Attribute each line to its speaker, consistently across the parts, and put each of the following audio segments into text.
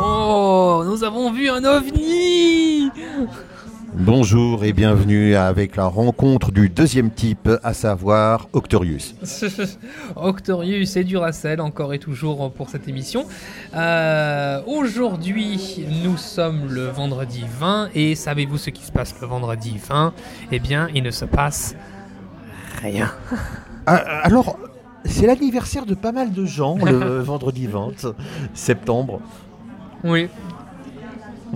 Speaker 1: Oh, nous avons vu un ovni
Speaker 2: Bonjour et bienvenue avec la rencontre du deuxième type, à savoir Octorius.
Speaker 1: Octorius et Duracell, encore et toujours pour cette émission. Euh, Aujourd'hui, nous sommes le vendredi 20 et savez-vous ce qui se passe le vendredi 20 Eh bien, il ne se passe rien.
Speaker 2: Ah, Alors, c'est l'anniversaire de pas mal de gens le vendredi 20 septembre.
Speaker 1: Oui,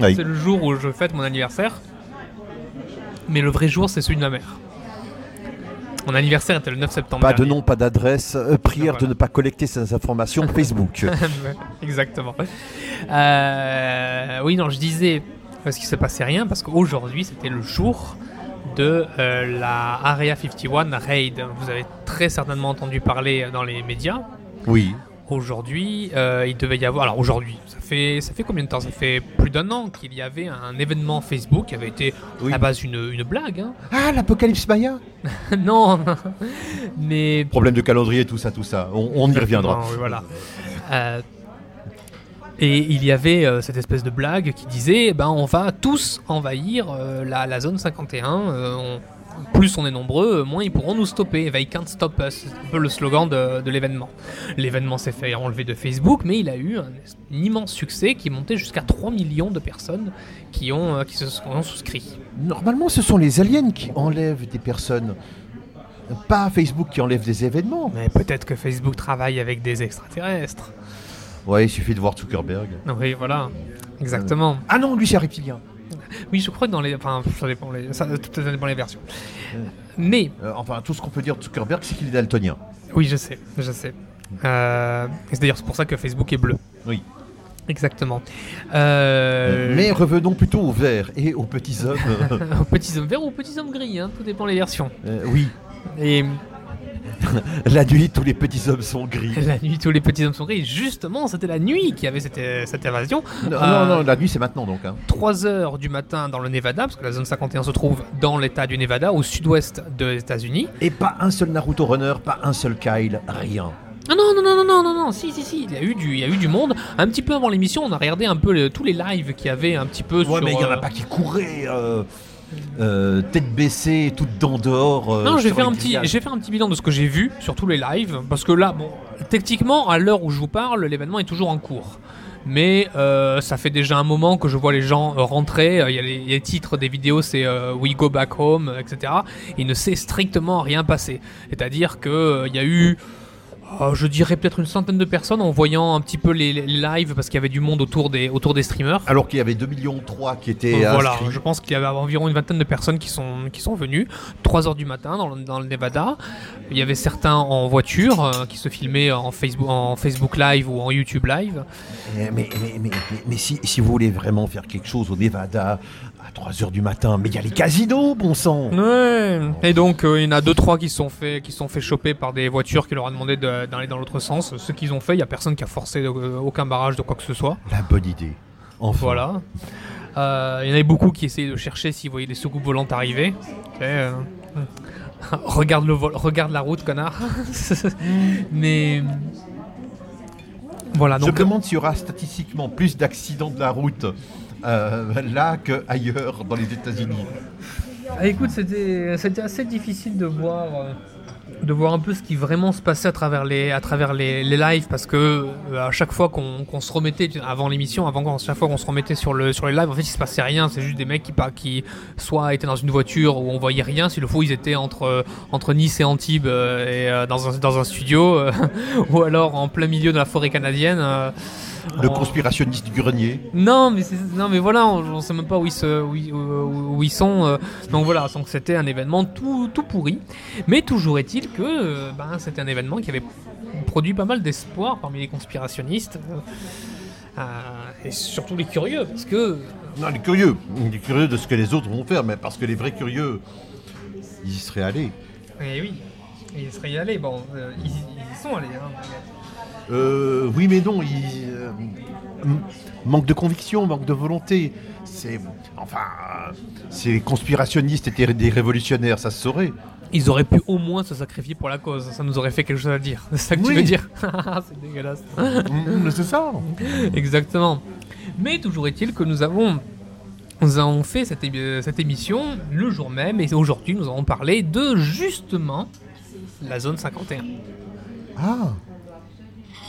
Speaker 2: Oui.
Speaker 1: c'est le jour où je fête mon anniversaire. Mais le vrai jour, c'est celui de ma mère. Mon anniversaire était le 9 septembre.
Speaker 2: Pas de
Speaker 1: dernier.
Speaker 2: nom, pas d'adresse, euh, prière
Speaker 1: Voilà.
Speaker 2: de ne pas collecter ces informations Facebook.
Speaker 1: Exactement. Euh, oui, non, je disais parce qu'il se passait rien, parce qu'aujourd'hui c'était le jour de euh, la Area 51 Raid. Vous avez très certainement entendu parler dans les médias.
Speaker 2: Oui.
Speaker 1: Aujourd'hui, euh, il devait y avoir. Alors aujourd'hui, ça fait ça fait combien de temps Ça fait plus d'un an qu'il y avait un événement Facebook qui avait été
Speaker 2: Oui.
Speaker 1: à la base une, une blague. hein.
Speaker 2: Ah, l'apocalypse Maya
Speaker 1: non, mais
Speaker 2: Problème de calendrier, tout ça, tout ça. On, on y reviendra.
Speaker 1: Exactement, oui, voilà. Euh, et il y avait euh, cette espèce de blague qui disait eh ben, on va tous envahir euh, la, la zone 51. euh, on- plus on est nombreux, euh, moins ils pourront nous stopper. They can't stop us. C'est un peu le slogan de, de l'événement. L'événement s'est fait enlever de Facebook, mais il a eu un, un immense succès qui montait jusqu'à 3 millions de personnes qui, ont, euh, qui se sont souscrits.
Speaker 2: Normalement, ce sont les aliens qui enlèvent des personnes. Pas Facebook qui enlève des événements.
Speaker 1: Mais peut-être que Facebook travaille avec des extraterrestres.
Speaker 2: Ouais, il suffit de voir Zuckerberg.
Speaker 1: Oui, voilà. Exactement.
Speaker 2: Ah non, lui c'est un reptilien.
Speaker 1: Oui, je crois que dans les. Enfin, ça dépend les, ça, tout dépend les versions. Mais,
Speaker 2: Euh, enfin, tout ce qu'on peut dire de Zuckerberg, c'est qu'il est daltonien.
Speaker 1: oui, je sais, je sais. Euh, et c'est d'ailleurs c'est pour ça que Facebook est bleu.
Speaker 2: Oui.
Speaker 1: Exactement. Euh,
Speaker 2: Mais revenons plutôt aux verts et aux petits hommes.
Speaker 1: Aux petits hommes verts ou aux petits hommes gris, hein, tout dépend les versions.
Speaker 2: Euh, oui,
Speaker 1: Et
Speaker 2: la nuit, tous les petits hommes sont gris.
Speaker 1: la nuit, tous les petits hommes sont gris. Justement, c'était la nuit qui avait cette, euh, cette invasion.
Speaker 2: Non,
Speaker 1: Euh,
Speaker 2: non, non, la nuit, c'est maintenant donc. hein.
Speaker 1: 3 heures du matin dans le Nevada, parce que la zone 51 se trouve dans l'état du Nevada, au sud-ouest des États-Unis.
Speaker 2: Et pas un seul Naruto Runner, pas un seul Kyle, rien.
Speaker 1: Ah non, non, non, non, non, non, non, si, si, si, il y a eu du, il y a eu du monde. Un petit peu avant l'émission, on a regardé un peu le- tous les lives qu'il y avait un petit peu
Speaker 2: Ouais,
Speaker 1: sur.
Speaker 2: mais il y en
Speaker 1: euh,
Speaker 2: a pas qui couraient, euh, euh, tête baissée, toute dents dehors. euh,
Speaker 1: Non, je vais,
Speaker 2: sur
Speaker 1: faire
Speaker 2: les
Speaker 1: un petit,
Speaker 2: villages.
Speaker 1: je vais faire un petit bilan de ce que j'ai vu sur tous les lives, parce que là, bon, techniquement, à l'heure où je vous parle, l'événement est toujours en cours. Mais euh, ça fait déjà un moment que je vois les gens euh, rentrer. euh, Il y a les, les titres des vidéos, c'est euh, We Go Back Home, euh, etc. Il ne s'est strictement rien passé. C'est-à-dire que euh, il y a eu, euh, je dirais peut-être une centaine de personnes en voyant un petit peu les, les lives parce qu'il y avait du monde autour des, autour des streamers.
Speaker 2: Alors qu'il y avait 2 millions 3 qui étaient
Speaker 1: Euh, voilà,
Speaker 2: inscrits.
Speaker 1: je pense qu'il y avait environ une vingtaine de personnes qui sont, qui sont venues, 3 heures du matin dans le, dans le Nevada. Il y avait certains en voiture euh, qui se filmaient en Facebook, en Facebook Live ou en YouTube Live.
Speaker 2: Eh, Mais, mais- mais- mais- mais- mais si, si vous voulez vraiment faire quelque chose au Nevada à 3h du matin, mais il y a les casinos, bon
Speaker 1: Mm.
Speaker 2: sang
Speaker 1: Ouais. Et donc, euh, il y en a 2-3 qui se sont fait, qui se sont fait choper par des voitures qui leur a demandé de- d'aller dans l'autre sens. Ce qu'ils ont fait, il n'y a personne qui a forcé euh, aucun barrage de quoi que ce soit.
Speaker 2: La bonne idée. Enfin.
Speaker 1: Voilà. Euh, il y en avait beaucoup qui essayaient de chercher s'ils voyaient des soucoupes volantes arriver. Tu sais, euh, regarde, le vol, regarde la route, connard. Mais. euh, Voilà,
Speaker 2: je me
Speaker 1: donc.
Speaker 2: demande s'il y aura statistiquement plus d'accidents de la route euh, là qu'ailleurs dans les États-Unis.
Speaker 1: Ah, écoute, c'était c'était assez difficile de voir, euh, de voir un peu ce qui vraiment se passait à travers les, à travers les, les lives parce que euh, à chaque fois qu'on qu'on se remettait avant l'émission, avant qu'on- chaque fois qu'on se remettait sur, le, sur les lives, en fait il se passait rien. C'est juste des mecs qui, par- qui soit étaient dans une voiture où on voyait rien, s'il le faut, ils étaient entre, euh, entre Nice et Antibes euh, et euh, dans, un, dans un studio euh, ou alors en plein milieu de la forêt canadienne. euh,
Speaker 2: Le
Speaker 1: en-
Speaker 2: conspirationniste du grenier.
Speaker 1: non, mais c'est- non, mais voilà, on, on sait même pas où ils, se, où, ils- euh, où- où ils sont. euh, donc voilà, donc c'était un événement tout, tout pourri. Mais toujours est-il que euh, ben, c'était un événement qui avait produit pas mal d'espoir parmi les conspirationnistes euh, euh, et surtout les curieux, parce que euh,
Speaker 2: Non, les curieux. Les curieux de ce que les autres vont faire, mais parce que les vrais curieux, ils y seraient allés.
Speaker 1: eh oui, ils seraient y allés. Bon, euh, ils, ils y sont allés. hein.
Speaker 2: Euh, oui, mais non, ils. euh, m- manque de conviction, manque de volonté. C'est. Enfin. euh, C'est les conspirationnistes étaient des révolutionnaires, ça se saurait.
Speaker 1: ils auraient pu au moins se sacrifier pour la cause. Ça nous aurait fait quelque chose à dire. C'est ça que tu
Speaker 2: Oui.
Speaker 1: veux dire C'est dégueulasse.
Speaker 2: Mm, mm, c'est ça.
Speaker 1: Exactement. Mais toujours est-il que nous avons, nous avons fait cette, é- cette émission le jour même et aujourd'hui nous avons parlé de justement la zone 51.
Speaker 2: Ah,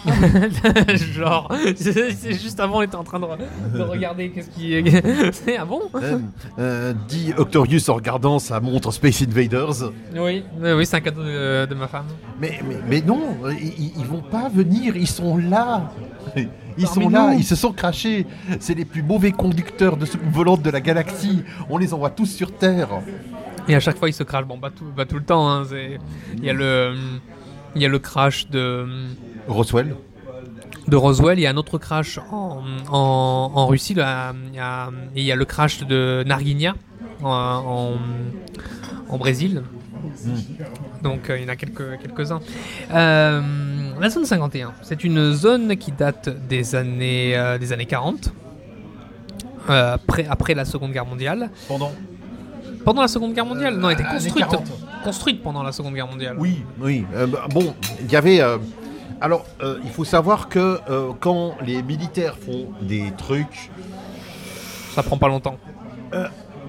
Speaker 1: Genre, c'est c'est juste avant, on était en train de, re- de regarder qu'est-ce qui est. C'est ah bon
Speaker 2: euh, euh, dit Octorius en regardant sa montre Space Invaders.
Speaker 1: Oui, euh, oui, c'est un cadeau de, de ma femme.
Speaker 2: Mais, mais, mais non, euh, ils, ils vont pas venir, ils sont là. Ils
Speaker 1: Parmi
Speaker 2: sont là,
Speaker 1: nous.
Speaker 2: ils se sont crachés. C'est les plus mauvais conducteurs de soucoupe volante de la galaxie. On les envoie tous sur Terre.
Speaker 1: Et à chaque fois, il se crash. Bon, bah tout, bah, tout le temps. hein, c'est- Il y a le, il y a le crash de.
Speaker 2: Roswell
Speaker 1: de Roswell, il y a un autre crash en, en, en Russie, là, il y, a, il y a le crash de Narguinia en, en, en Brésil. Donc euh, il y en a quelques- quelques-uns. Euh, la zone 51, c'est une zone qui date des années, euh, des années 40, euh, après, après la Seconde Guerre mondiale.
Speaker 2: Pendant
Speaker 1: Pendant la Seconde Guerre mondiale Non, elle était
Speaker 2: Euh, années
Speaker 1: construite,
Speaker 2: 40.
Speaker 1: construite pendant la Seconde Guerre mondiale.
Speaker 2: Oui, oui. Euh, bah, bon, il y avait. euh, alors, euh, il faut savoir que euh, quand les militaires font des trucs.
Speaker 1: Ça prend pas longtemps.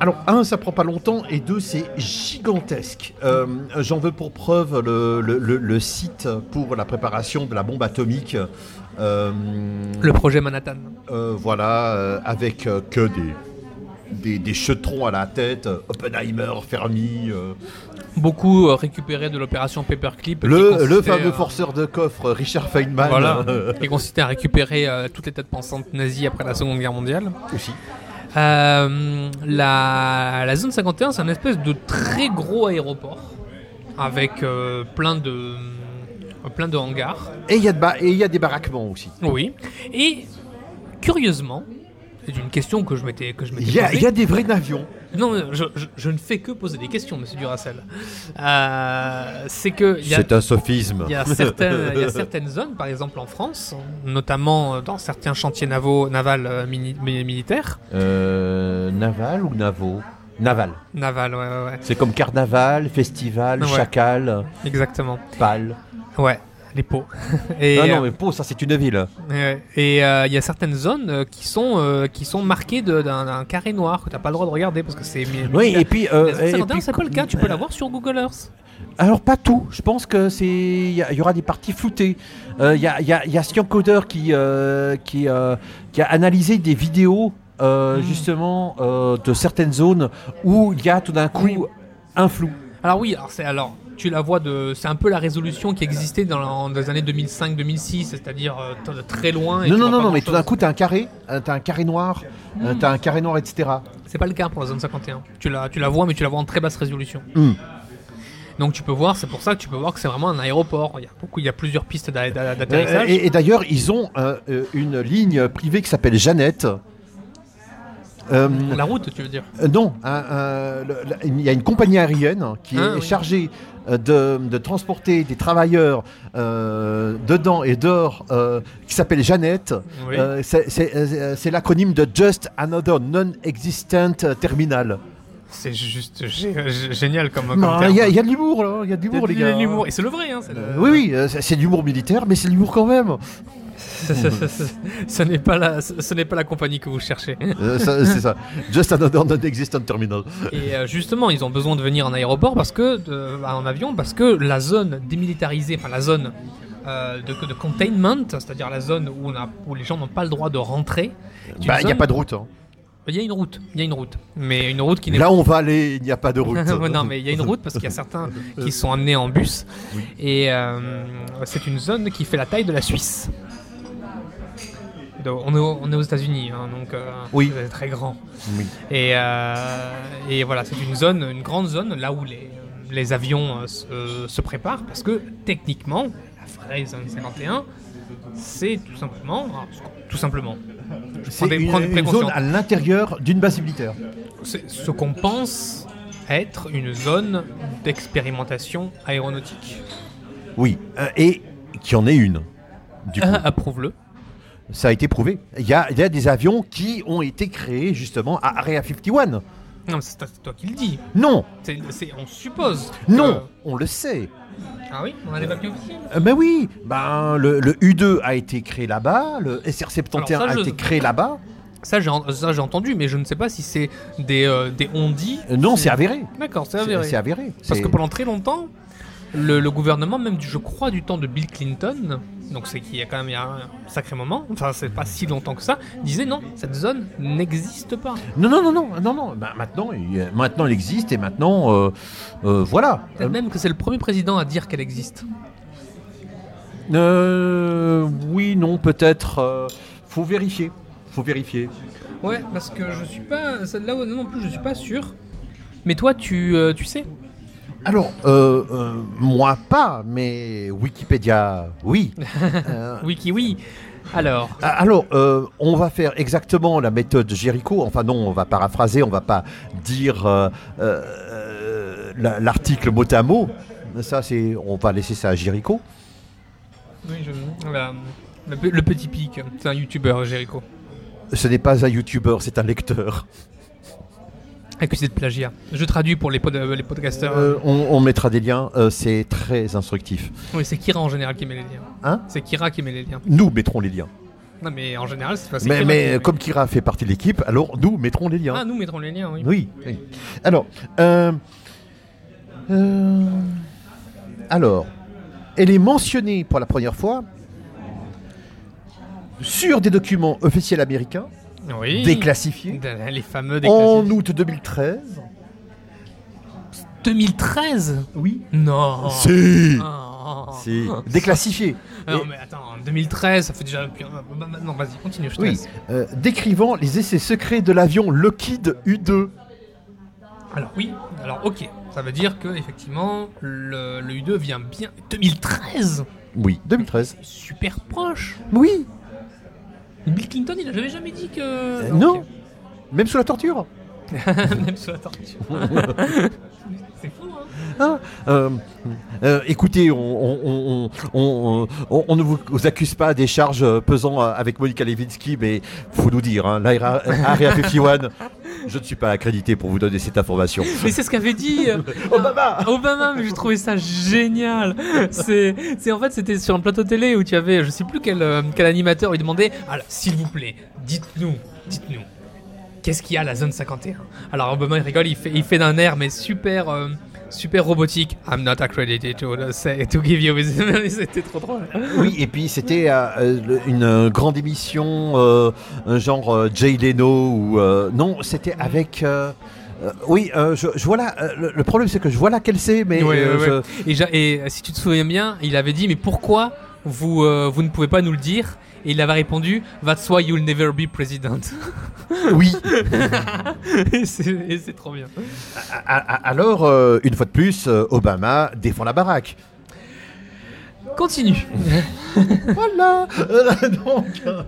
Speaker 2: Alors, un, ça prend pas longtemps, et deux, c'est gigantesque. Euh, J'en veux pour preuve le, le- le- le site pour la préparation de la bombe atomique. Euh,
Speaker 1: Le projet Manhattan.
Speaker 2: euh, voilà, euh, avec euh, que des, des, des chetrons à la tête, euh, Oppenheimer, Fermi. euh,
Speaker 1: beaucoup euh, récupéré de l'opération Paperclip. qui
Speaker 2: le,
Speaker 1: consistait,
Speaker 2: le fameux
Speaker 1: euh,
Speaker 2: forceur de coffre, Richard Feynman.
Speaker 1: Voilà,
Speaker 2: euh,
Speaker 1: qui consistait à récupérer euh, toutes les têtes pensantes nazies après la Seconde Guerre mondiale.
Speaker 2: aussi.
Speaker 1: Euh, la, la zone 51, c'est un espèce de très gros aéroport avec euh, plein de euh, plein de hangars.
Speaker 2: Et il y, a de ba- et il y a des baraquements aussi.
Speaker 1: Oui. Et curieusement, c'est une question que je m'étais que je m'étais
Speaker 2: Il y, a-
Speaker 1: posée.
Speaker 2: il y a des vrais navions.
Speaker 1: Non, je, je- je ne fais que poser des questions, Monsieur Duracell. Euh, c'est que il y a-
Speaker 2: un sophisme.
Speaker 1: Il y, a certaines, il y a certaines zones, par exemple en France, notamment euh, dans certains chantiers navaux, navals euh, mini- mi- militaires.
Speaker 2: Euh, naval ou navo Naval.
Speaker 1: Naval, ouais, ouais, ouais.
Speaker 2: C'est comme carnaval, festival,
Speaker 1: Ouais.
Speaker 2: chacal,
Speaker 1: Exactement.
Speaker 2: pâle.
Speaker 1: Ouais, les pots. Et
Speaker 2: ah
Speaker 1: euh,
Speaker 2: non, mais Pau, ça c'est une ville.
Speaker 1: ouais, et, euh, il y a certaines zones euh, qui sont, euh, qui sont marquées de- d'un d'un carré noir que tu n'as pas le droit de regarder parce que c'est. mi-
Speaker 2: Oui,
Speaker 1: militaire.
Speaker 2: et puis. euh,
Speaker 1: La zone
Speaker 2: et
Speaker 1: 51,
Speaker 2: puis- euh,
Speaker 1: c'est pas le cas, tu peux la voir sur Google Earth.
Speaker 2: Alors, pas tout. Je pense que c'est. Il y, a- il y aura des parties floutées. Euh, Il y, a, il y a- il y a Sian Coder qui, euh, qui, euh, qui a analysé des vidéos, euh,
Speaker 1: Mm.
Speaker 2: justement, euh, de certaines zones où il y a tout d'un coup
Speaker 1: Oui.
Speaker 2: un flou.
Speaker 1: Alors, oui, alors c'est alors. Tu la vois de, c'est un peu la résolution qui existait dans, la- dans les années 2005-2006, c'est-à-dire euh, de très loin. et
Speaker 2: Non,
Speaker 1: tu
Speaker 2: non,
Speaker 1: vois
Speaker 2: non,
Speaker 1: pas
Speaker 2: non, mais
Speaker 1: grand-chose.
Speaker 2: tout
Speaker 1: Hmm.
Speaker 2: d'un coup, t'as un carré, euh, t'as un carré noir, euh, t'as un carré noir, etc.
Speaker 1: C'est pas le cas pour la zone 51. Tu la, tu la vois, mais tu la vois en très basse résolution.
Speaker 2: Hmm.
Speaker 1: Donc tu peux voir, c'est pour ça que tu peux voir que c'est vraiment un aéroport. Il y a, beaucoup, il y a plusieurs pistes d'a- d'a-
Speaker 2: Euh,
Speaker 1: d'atterrissage.
Speaker 2: et et d'ailleurs, ils ont euh, euh, une ligne privée qui s'appelle Jeannette. Euh,
Speaker 1: La route, tu veux dire
Speaker 2: euh, non, un- un- le- la- il y a une compagnie aérienne qui
Speaker 1: Ah,
Speaker 2: est
Speaker 1: oui.
Speaker 2: chargée euh, de, de transporter des travailleurs euh, dedans et dehors euh, qui s'appelle Jeannette.
Speaker 1: Oui.
Speaker 2: Euh, c'est- c'est euh, c'est l'acronyme de Just Another Non-Existent Terminal.
Speaker 1: C'est juste gé- gé- génial comme, comme
Speaker 2: Non,
Speaker 1: terme.
Speaker 2: Il Bah, y, a- il y a de l'humour là, il y a de l'humour les
Speaker 1: Il y a
Speaker 2: gars.
Speaker 1: de l'humour. Et c'est le vrai, hein, c'est le-
Speaker 2: Euh, Oui, oui, euh, c'est c'est de l'humour militaire, mais c'est de l'humour quand même.
Speaker 1: ce n'est pas la, ce ce n'est pas la compagnie que vous cherchez.
Speaker 2: Euh, ça, c'est ça. Just another non-existent terminal.
Speaker 1: Et euh, justement, ils ont besoin de venir en aéroport parce que, de- bah, en avion, parce que la zone démilitarisée, enfin la zone euh, de, de containment, c'est-à-dire la zone où, on a, où les gens n'ont pas le droit de rentrer.
Speaker 2: Il
Speaker 1: Bah,
Speaker 2: n'y a pas de route. hein.
Speaker 1: Il y a une route, il y a une route, mais une route qui n'est
Speaker 2: Là, on va aller, il n'y a pas de route.
Speaker 1: non, mais il y a une route parce qu'il y a certains qui sont amenés en bus.
Speaker 2: Oui.
Speaker 1: Et euh, c'est une zone qui fait la taille de la Suisse. Donc, on, est au- on est aux États-Unis, hein, donc euh,
Speaker 2: Oui.
Speaker 1: c'est très grand.
Speaker 2: Oui.
Speaker 1: Et, euh, et voilà, c'est une zone, une grande zone là où les, les avions euh, se, euh, se préparent parce que techniquement, la vraie zone 51, c'est tout simplement, alors, tout simplement,
Speaker 2: C'est
Speaker 1: des-
Speaker 2: une,
Speaker 1: prends des
Speaker 2: une
Speaker 1: précautions.
Speaker 2: zone à l'intérieur d'une base militaire.
Speaker 1: c'est ce qu'on pense être une zone d'expérimentation aéronautique.
Speaker 2: Oui, euh, et qui en est une. Du coup,
Speaker 1: Ah, Approuve-le.
Speaker 2: ça a été prouvé. Il y a, il y a des avions qui ont été créés justement à Area 51.
Speaker 1: Non, mais c'est toi- c'est toi qui le dis.
Speaker 2: Non,
Speaker 1: C'est- c'est- on suppose. que-
Speaker 2: non, on le sait.
Speaker 1: Ah oui, on a des papiers officiels.
Speaker 2: Euh, Ben oui, ben, le, le U2 a été créé là-bas, le
Speaker 1: Alors
Speaker 2: SR71
Speaker 1: ça,
Speaker 2: a
Speaker 1: je-
Speaker 2: été créé là-bas.
Speaker 1: Ça, j'ai en- ça, j'ai entendu, mais je ne sais pas si c'est des, euh, des on-dit.
Speaker 2: Euh, Non, c'est avéré.
Speaker 1: D'accord, c'est
Speaker 2: C'est
Speaker 1: avéré.
Speaker 2: c'est avéré.
Speaker 1: Parce
Speaker 2: C'est-
Speaker 1: que pendant très longtemps, le, le gouvernement, même du- je crois du temps de Bill Clinton, donc c'est qu'il y a quand même il y a un sacré moment, enfin c'est pas si longtemps que ça, disait non, cette zone n'existe pas.
Speaker 2: Non, non, non, non, non, non. Ben, maintenant, il, euh, maintenant, il existe et maintenant, euh, euh, voilà.
Speaker 1: Peut-être même que c'est le premier président à dire qu'elle existe.
Speaker 2: Euh, oui, non, peut-être. euh, faut vérifier. Faut vérifier.
Speaker 1: Ouais, parce que je suis pas, là non plus je suis pas sûr. Mais toi tu, euh, tu sais
Speaker 2: Alors, euh, euh, moi pas, mais Wikipédia, oui. Euh,
Speaker 1: Oui qui oui. Alors,
Speaker 2: Ah, Alors, euh, on va faire exactement la méthode Jéricho. Enfin non, on va paraphraser, on va pas dire euh, euh, la- l'article mot à mot. Ça, c'est, on va laisser ça à Jéricho.
Speaker 1: oui, je- la- le, pe- le petit pic, c'est un youtubeur Jericho,
Speaker 2: Ce n'est pas un youtubeur, c'est un lecteur.
Speaker 1: accusé de plagiat. Je traduis pour les, pod- euh, les podcasteurs.
Speaker 2: Euh, on, on mettra des liens, euh, c'est très instructif.
Speaker 1: Oui, c'est Kira en général qui met les liens.
Speaker 2: Hein
Speaker 1: C'est Kira qui met les liens.
Speaker 2: Nous mettrons les liens.
Speaker 1: Non, mais en général, c'est facile.
Speaker 2: Mais, mais comme Kira fait partie de l'équipe, alors nous mettrons les liens.
Speaker 1: Ah, nous mettrons les liens, oui.
Speaker 2: Oui. oui. Alors, euh, euh, alors, elle est mentionnée pour la première fois sur des documents officiels américains
Speaker 1: Oui.
Speaker 2: déclassifiés
Speaker 1: Les fameux
Speaker 2: en
Speaker 1: déclassifiés.
Speaker 2: août 2013.
Speaker 1: 2013
Speaker 2: Oui.
Speaker 1: Non
Speaker 2: Si.
Speaker 1: Oh.
Speaker 2: Si. Déclassifiés.
Speaker 1: Non, mais attends, 2013, ça fait déjà depuis. un- bah, bah, Non, vas-y, continue, je te
Speaker 2: Oui.
Speaker 1: laisse.
Speaker 2: Euh, décrivant les essais secrets de l'avion Lockheed U2.
Speaker 1: Alors, oui, alors, ok. Ça veut dire que, effectivement, le, le U2 vient bien. 2013
Speaker 2: Oui, 2013.
Speaker 1: Super proche
Speaker 2: Oui,
Speaker 1: Bill Clinton, il n'avait jamais dit que.
Speaker 2: euh, non. Même sous la torture.
Speaker 1: ok. Même sous la torture. c'est fou, hein
Speaker 2: Hein Euh, euh, écoutez, on, on- on- on- on- on ne vous accuse pas des charges euh, pesant euh, avec Monica Lewinsky, mais faut nous dire, hein, l'Area Area 51, je ne suis pas accrédité pour vous donner cette information.
Speaker 1: Mais c'est ce qu'avait dit euh,
Speaker 2: Obama
Speaker 1: Obama, mais j'ai trouvé ça génial. C'est, c'est en fait, c'était sur un plateau télé où tu avais, je sais plus quel, euh, quel animateur lui demandait, alors s'il vous plaît, dites-nous, dites-nous, qu'est-ce qu'il y a à la zone 51 Alors Obama il rigole, il fait, il fait d'un air mais super, euh, super robotique. I'm not accredited to, say- to give you, c'était trop drôle.
Speaker 2: Oui, et puis c'était euh, euh, le- une euh, grande émission, euh, un genre euh, Jay Leno ou... euh, non, c'était avec... euh, euh, oui, euh, je, je vois là, euh, le, le problème c'est que je vois laquelle c'est, mais...
Speaker 1: Ouais,
Speaker 2: euh,
Speaker 1: ouais,
Speaker 2: je-
Speaker 1: ouais. Et, j'a- et, euh, si tu te souviens bien, il avait dit mais pourquoi vous, euh, vous ne pouvez pas nous le dire Et il avait répondu That's why you'll never be president.
Speaker 2: Oui,
Speaker 1: et c'est et c'est trop bien.
Speaker 2: A- a- alors, euh, une fois de plus, euh, Obama défend la baraque.
Speaker 1: Continue.
Speaker 2: Voilà Euh, Donc, euh,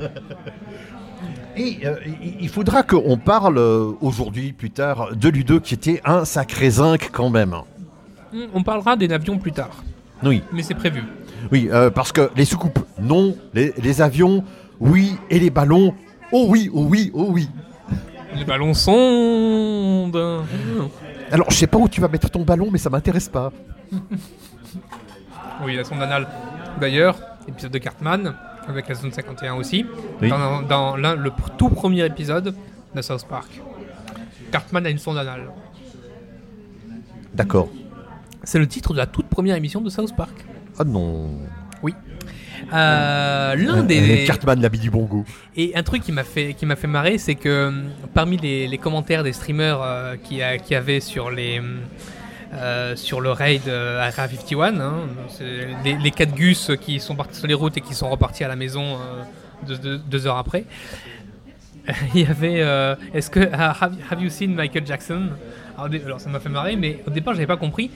Speaker 2: Et euh, il- il faudra qu'on parle euh, aujourd'hui, plus tard, de l'U2 qui était un sacré zinc quand même.
Speaker 1: Hmm, On parlera des avions plus tard,
Speaker 2: Oui,
Speaker 1: mais c'est prévu.
Speaker 2: oui, euh, parce que les soucoupes, non, les, les avions, oui, et les ballons, oh oui, oh oui, oh oui.
Speaker 1: Les ballons sondent.
Speaker 2: Alors, je sais pas où tu vas mettre ton ballon, mais ça m'intéresse pas.
Speaker 1: Oui, la sonde anale. D'ailleurs, épisode de Cartman, avec la zone 51 aussi,
Speaker 2: Oui.
Speaker 1: dans, dans l'un- le pr- tout premier épisode de South Park. Cartman a une sonde anale.
Speaker 2: D'accord.
Speaker 1: C'est le titre de la toute première émission de South Park.
Speaker 2: Ah non.
Speaker 1: Oui. Euh, L'un
Speaker 2: Les
Speaker 1: des.
Speaker 2: Cartman, l'habit du bon goût.
Speaker 1: Et un truc qui m'a fait, qui m'a fait marrer, c'est que hum, parmi les, les commentaires des streamers euh, qui, a- qui avaient sur les. hum, euh, sur le raid euh, Area 51, hein, c'est les, les 4 gus qui sont partis sur les routes et qui sont repartis à la maison euh, deux, deux- deux heures après. Il y avait. euh, Est-ce que. ah, have, have you seen Michael Jackson alors, dé- alors, ça m'a fait marrer, mais au départ j'avais pas compris.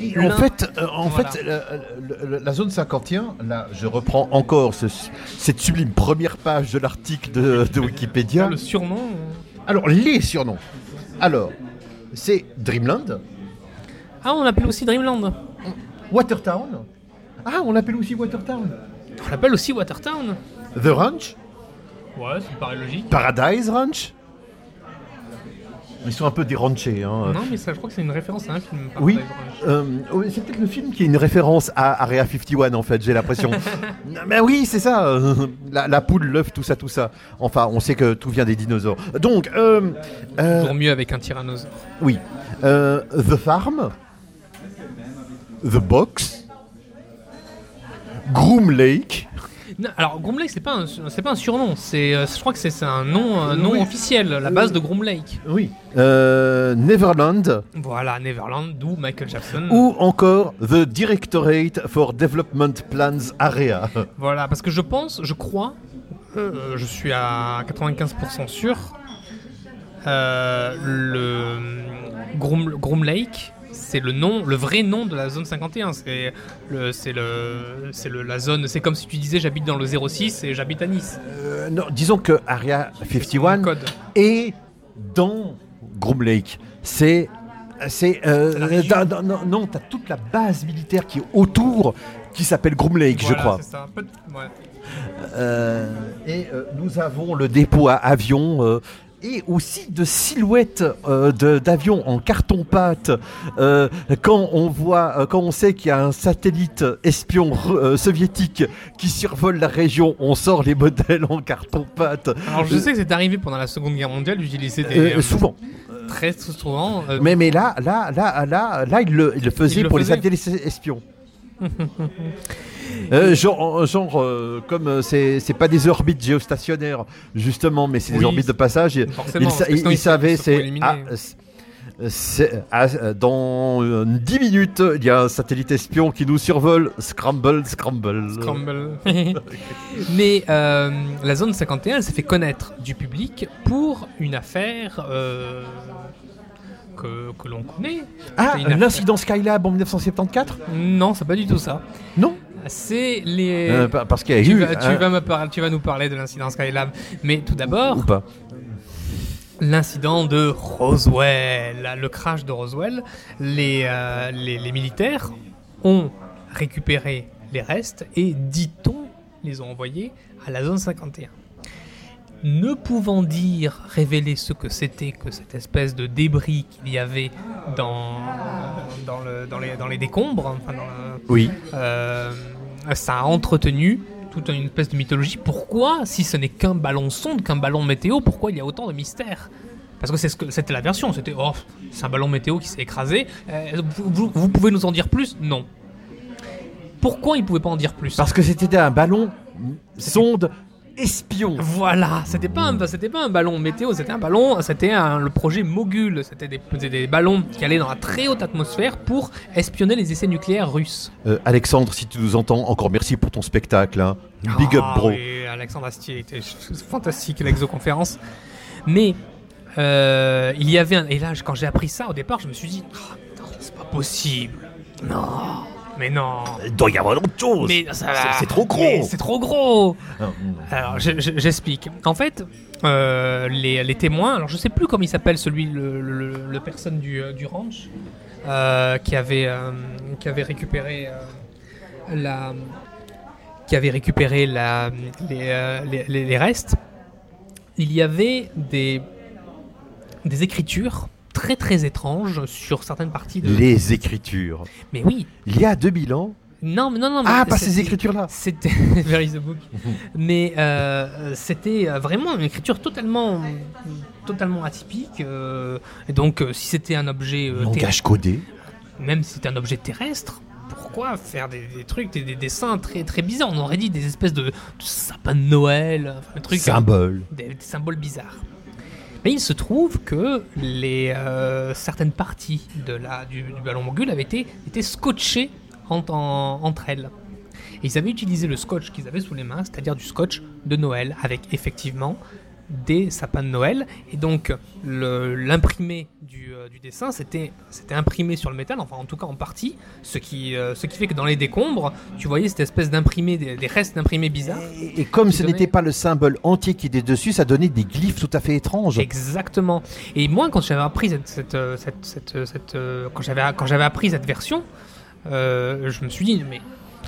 Speaker 2: Et En
Speaker 1: L'un-
Speaker 2: fait, euh, en
Speaker 1: Voilà.
Speaker 2: fait euh, le- le- la zone 51, là, je reprends encore ce- cette sublime première page de l'article de, de Wikipédia.
Speaker 1: le surnom. euh,
Speaker 2: Alors, les surnoms. Alors, c'est Dreamland,
Speaker 1: Ah, on l'appelle aussi Dreamland.
Speaker 2: Watertown. Ah, on l'appelle aussi Watertown.
Speaker 1: On l'appelle aussi Watertown.
Speaker 2: The Ranch,
Speaker 1: Ouais, ça me paraît logique.
Speaker 2: Paradise Ranch, Ils sont un peu déranchés. Hein.
Speaker 1: Non, mais ça, je crois que c'est une référence à un film. par
Speaker 2: Oui.
Speaker 1: exemple.
Speaker 2: Euh, oui, c'est peut-être le film qui est une référence à Area 51 en fait, j'ai l'impression. Non, Mais oui, c'est ça, euh, la, la poule, l'œuf, tout ça, tout ça. Enfin, on sait que tout vient des dinosaures. Donc, euh, euh,
Speaker 1: Toujours mieux avec un tyrannosaure.
Speaker 2: oui, Euh, The Farm, The Box, Groom Lake.
Speaker 1: Non, alors Groom Lake, c'est pas un, c'est pas un surnom. C'est, euh, je crois que c'est, c'est un nom, un nom
Speaker 2: Oui.
Speaker 1: officiel, la base de Groom Lake.
Speaker 2: Oui. Euh, Neverland
Speaker 1: Voilà, Neverland, d'où Michael Jackson.
Speaker 2: ou encore The Directorate for Development Plans Area.
Speaker 1: Voilà, parce que je pense, je crois, euh, je suis à 95% sûr, euh, le Groom, Groom Lake, c'est le nom, le vrai nom de la zone 51. C'est le, c'est le, c'est le, la zone. C'est comme si tu disais j'habite dans le 06 et j'habite à Nice.
Speaker 2: Euh, non, disons que Area
Speaker 1: C'est mon
Speaker 2: 51
Speaker 1: Code.
Speaker 2: Et dans Groom Lake. C'est. C'est. euh,
Speaker 1: La région.
Speaker 2: dans- dans- non, non, t'as toute la base militaire qui est autour qui s'appelle Groom Lake, je
Speaker 1: Voilà,
Speaker 2: crois.
Speaker 1: c'est ça. Peut- ouais.
Speaker 2: Euh, et euh, nous avons le dépôt à avions. euh, et aussi de silhouettes euh, de- d'avions en carton-pâte. Euh, quand on voit, euh, quand on sait qu'il y a un satellite espion ru- euh, soviétique qui survole la région, on sort les modèles en carton-pâte.
Speaker 1: Alors je sais que c'est arrivé pendant la Seconde Guerre mondiale d'utiliser
Speaker 2: Euh,
Speaker 1: des euh,
Speaker 2: souvent.
Speaker 1: très souvent. euh,
Speaker 2: Mais, mais là, là, là, là, là, il le, il le
Speaker 1: Il
Speaker 2: faisait
Speaker 1: le
Speaker 2: pour
Speaker 1: faisait.
Speaker 2: les satellites espions. Euh, genre, genre euh, comme euh, c'est c'est pas des orbites géostationnaires, justement, mais c'est des
Speaker 1: Oui,
Speaker 2: orbites de passage, il,
Speaker 1: forcément,
Speaker 2: sa-
Speaker 1: parce que
Speaker 2: il-
Speaker 1: sinon,
Speaker 2: il
Speaker 1: ils se- ils
Speaker 2: savait,
Speaker 1: se font
Speaker 2: c'est.
Speaker 1: éliminer.
Speaker 2: ah, c'est- c'est- ah, euh, dans euh, 10 minutes, il y a un satellite espion qui nous survole. Scramble, scramble.
Speaker 1: Crumble. Mais euh, la zone 51 elle s'est fait connaître du public pour une affaire euh, que, que l'on connaît.
Speaker 2: Ah,
Speaker 1: C'est une
Speaker 2: l'incident Skylab en 1974
Speaker 1: Non, c'est pas du tout ça.
Speaker 2: Non
Speaker 1: C'est les.
Speaker 2: Euh, pa- Parce qu'il y a
Speaker 1: tu,
Speaker 2: eu.
Speaker 1: vas, tu
Speaker 2: hein,
Speaker 1: vas me par- tu vas nous parler de l'incident Skylab. Mais tout
Speaker 2: ou
Speaker 1: d'abord,
Speaker 2: pas
Speaker 1: l'incident de Roswell, le crash de Roswell. Les, euh, les, les militaires ont récupéré les restes et, dit-on, les ont envoyés à la zone 51. Ne pouvant dire, révéler ce que c'était que cette espèce de débris qu'il y avait dans, dans, le- dans les, dans les décombres, enfin, dans le-
Speaker 2: Oui.
Speaker 1: euh, ça a entretenu toute une espèce de mythologie. Pourquoi, si ce n'est qu'un ballon sonde, qu'un ballon météo, pourquoi il y a autant de mystères Parce que c'est ce que- c'était la version, c'était oh, c'est un ballon météo qui s'est écrasé. Euh, vous, vous- vous pouvez nous en dire plus Non. Pourquoi ils pouvaient pas en dire plus
Speaker 2: Parce que c'était un ballon sonde espion.
Speaker 1: voilà, c'était pas un, c'était pas un ballon météo, c'était un ballon, c'était un- le projet Mogul, c'était des, c'était des ballons qui allaient dans la très haute atmosphère pour espionner les essais nucléaires russes.
Speaker 2: Euh, Alexandre, si tu nous entends, encore merci pour ton spectacle. hein. Big up,
Speaker 1: Ah
Speaker 2: bro.
Speaker 1: oui, Alexandre Astier était ch- fantastique, l'exoconférence. Mais euh, il y avait un. Et là, je- quand j'ai appris ça au départ, je me suis dit Ah, non, c'est pas possible. Non, mais non.
Speaker 2: Il doit y avoir autre chose.
Speaker 1: Mais ça va.
Speaker 2: Oh, c'est- c'est trop gros.
Speaker 1: Mais C'est trop gros.
Speaker 2: Ah, mm.
Speaker 1: Alors, je- je- j'explique. En fait, euh, les, les témoins, alors je sais plus comment il s'appelle celui, le, le- le- le personne du, euh, du ranch, euh, qui, avait, euh, qui avait récupéré euh, la. qui avait récupéré la, les, euh, les- les- les restes. Il y avait des, des écritures très très étranges sur certaines parties de.
Speaker 2: Les écritures.
Speaker 1: Mais oui!
Speaker 2: Il y a 2000 ans.
Speaker 1: Non, mais non, non. mais
Speaker 2: Ah, pas
Speaker 1: c'est-
Speaker 2: ces écritures-là.
Speaker 1: c'était Where is the book Mais euh, c'était euh, vraiment une écriture totalement, totalement atypique. euh, et donc, euh, si c'était un objet, euh, terrestre,
Speaker 2: Langage codé.
Speaker 1: même si c'était un objet terrestre, pourquoi faire des, des trucs, des, des dessins très, très bizarres On aurait dit des espèces de, de sapins de Noël, enfin, un truc hein.
Speaker 2: Symbole.
Speaker 1: des, des symboles bizarres. Mais il se trouve que les, euh, certaines parties de la, du, du ballon mogul avaient été, étaient scotchées en- en- entre elles. Et ils avaient utilisé le scotch qu'ils avaient sous les mains, c'est-à-dire du scotch de Noël, avec effectivement des sapins de Noël. Et donc le- l'imprimé du, euh, du dessin, c'était c'était imprimé sur le métal, enfin en tout cas en partie, ce qui, euh, ce qui fait que dans les décombres, tu voyais cette espèce d'imprimé, des, des restes d'imprimé bizarres.
Speaker 2: Et, et comme
Speaker 1: Qui
Speaker 2: ce
Speaker 1: donnait-
Speaker 2: n'était pas le symbole entier qui était dessus, ça donnait des glyphes tout à fait étranges.
Speaker 1: Exactement. Et moi, quand j'avais appris cette, cette, euh, cette- cette- cette, euh, quand j'avais quand j'avais appris cette version, euh, je me suis dit mais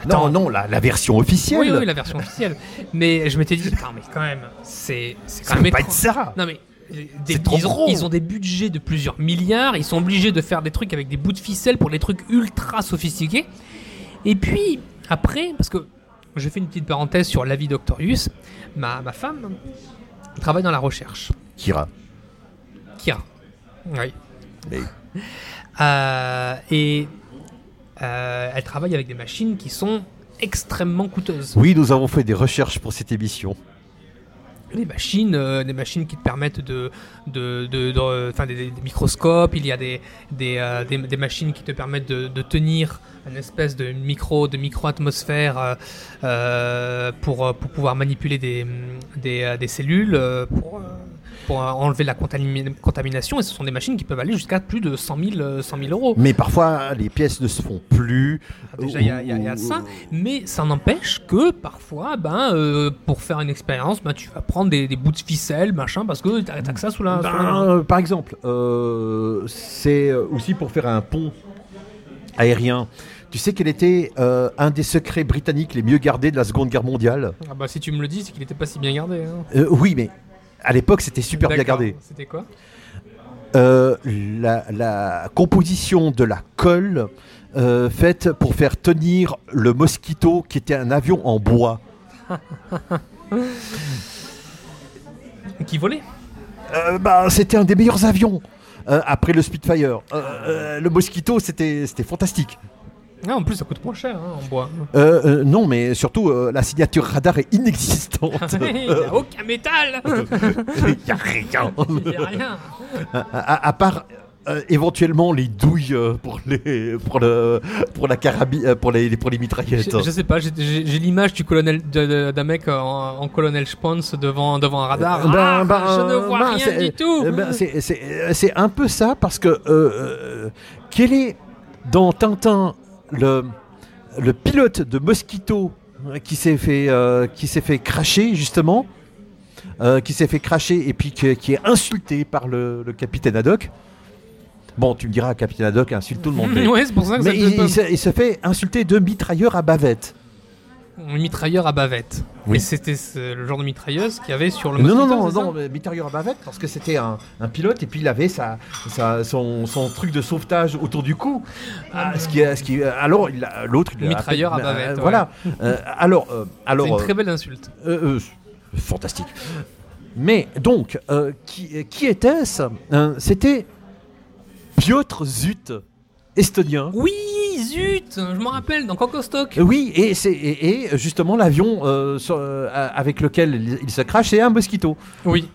Speaker 2: non,
Speaker 1: attends,
Speaker 2: non, la, la version officielle.
Speaker 1: oui, oui, la version officielle. mais je m'étais dit attends, mais quand même, c'est c'est
Speaker 2: Ça
Speaker 1: quand
Speaker 2: peut
Speaker 1: même
Speaker 2: pas
Speaker 1: étrange.
Speaker 2: être ça.
Speaker 1: Non mais euh, des-
Speaker 2: C'est trop
Speaker 1: ils, ont,
Speaker 2: gros.
Speaker 1: ils ont des budgets de plusieurs milliards, ils sont obligés de faire des trucs avec des bouts de ficelle pour des trucs ultra sophistiqués. Et puis, après, parce que je fais une petite parenthèse sur la vie d'Octorius, ma, ma femme travaille dans la recherche.
Speaker 2: Kira.
Speaker 1: Kira. Oui.
Speaker 2: Mais
Speaker 1: Euh, et euh, elle travaille avec des machines qui sont extrêmement coûteuses.
Speaker 2: oui, nous avons fait des recherches pour cette émission.
Speaker 1: Des machines, euh, des machines qui te permettent de, de, de- de- euh, enfin, des, des microscopes. Il y a des, des, euh, des- des machines qui te permettent de, de tenir une espèce de micro, de micro-atmosphère euh, euh, pour, euh, pour pouvoir manipuler des, des, euh, des cellules, euh, pour, euh, pour euh, enlever la contami- contamination. Et ce sont des machines qui peuvent aller jusqu'à plus de 100 000, euh, 100 000 euros.
Speaker 2: Mais parfois, les pièces ne se font plus.
Speaker 1: Ah, Déjà, il y, a- il y a- il y a ça,
Speaker 2: Oh,
Speaker 1: mais ça n'empêche que parfois, ben, euh, pour faire une expérience, ben, tu vas prendre des, des bouts de ficelle, machin, parce que t'as t'as que ça sous la. sous la main.
Speaker 2: Ben, euh, par exemple, euh, c'est aussi pour faire un pont aérien. Tu sais quel était euh, un des secrets britanniques les mieux gardés de la Seconde Guerre mondiale
Speaker 1: Ah bah, si tu me le dis, c'est qu'il n'était pas si bien gardé. hein.
Speaker 2: Euh, Oui, mais à l'époque, c'était super bien
Speaker 1: D'accord.
Speaker 2: gardé.
Speaker 1: C'était quoi
Speaker 2: Euh, la, la composition de la colle euh, faite pour faire tenir le Mosquito, qui était un avion en bois.
Speaker 1: Qui volait
Speaker 2: Euh, bah, c'était un des meilleurs avions euh, après le Spitfire. Euh, euh, le Mosquito, c'était c'était fantastique.
Speaker 1: Ah, En plus, ça coûte moins cher hein, en bois.
Speaker 2: Euh, euh, non, mais surtout, euh, la signature radar est inexistante.
Speaker 1: Il n'y a aucun métal
Speaker 2: Il n'y a rien.
Speaker 1: Il y a rien
Speaker 2: à, à- à part euh, éventuellement les douilles euh, pour les pour le pour la carabine euh, pour les pour les mitraillettes.
Speaker 1: Je, je sais pas, j'ai- j'ai j'ai l'image du colonel de- de- d'un mec en, en colonel Spance devant, devant un radar.
Speaker 2: Euh, ben,
Speaker 1: Ah,
Speaker 2: ben,
Speaker 1: je ne vois
Speaker 2: ben,
Speaker 1: rien
Speaker 2: c'est-
Speaker 1: du tout
Speaker 2: euh, ben, c'est- c'est euh, c'est un peu ça parce que euh, euh, quel est dans Tintin le le pilote de Mosquito euh, qui s'est fait euh, qui s'est fait cracher justement. euh, qui s'est fait cracher et puis qui, qui est insulté par le, le capitaine Haddock. Bon, tu me diras, capitaine Haddock insulte tout le monde. mais-
Speaker 1: Ouais, c'est pour ça que ça
Speaker 2: Mais
Speaker 1: me
Speaker 2: il,
Speaker 1: donne pas-
Speaker 2: il se, il se fait insulter de mitrailleur à bavette.
Speaker 1: Un mitrailleur à bavette.
Speaker 2: Oui.
Speaker 1: Et c'était ce- le genre de mitrailleuse qu'il y avait sur le
Speaker 2: Non, non,
Speaker 1: Mosquito,
Speaker 2: non,
Speaker 1: c'est ça
Speaker 2: non, mais mitrailleur à bavette parce que c'était un, un pilote et puis il avait sa, sa- son, son truc de sauvetage autour du cou. Ah, ce qui, ce qui, alors, il a- l'autre, il a-
Speaker 1: Mitrailleur à
Speaker 2: euh,
Speaker 1: bavette, ouais.
Speaker 2: Voilà. Euh, alors, euh,
Speaker 1: C'est une
Speaker 2: alors,
Speaker 1: très belle insulte.
Speaker 2: euh, euh, fantastique. Mais donc, euh, qui, euh, qui était-ce Euh, C'était Piotr Zut, estonien.
Speaker 1: Oui, zut Je m'en rappelle, dans Cocostock.
Speaker 2: Oui, et, c'est, et, et justement l'avion euh, sur- euh, avec lequel il- il se crache, c'est un mosquito.
Speaker 1: Oui.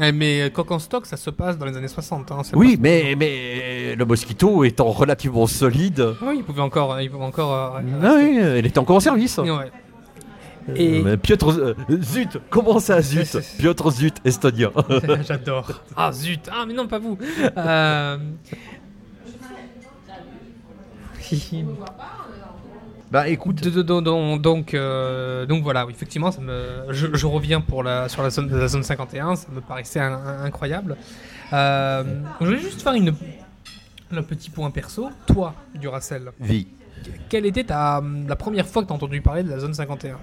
Speaker 1: Eh, mais Cocostock, ça se passe dans les années 60. hein, c'est
Speaker 2: Oui, mais, mais le mosquito étant relativement solide,
Speaker 1: pas- Oui, il pouvait encore... Il pouvait encore euh,
Speaker 2: ah oui, euh, il était encore en service.
Speaker 1: ouais. Et-
Speaker 2: Euh, Piotr, euh, zut, comment ça zut
Speaker 1: C'est- c'est-
Speaker 2: Piotr Zut, estonien.
Speaker 1: Euh, J'adore. Ah, zut Ah, mais non, pas vous Euh,
Speaker 2: bah écoute,
Speaker 1: de- de- de- donc, donc, euh, donc voilà, oui, effectivement, ça me, je, je reviens pour la, sur la zone, la zone 51, ça me paraissait un- un- incroyable. Euh, je voulais juste faire une, un petit point perso. Toi, Duracell,
Speaker 2: vie.
Speaker 1: quelle était ta, la première fois que tu as entendu parler de la zone 51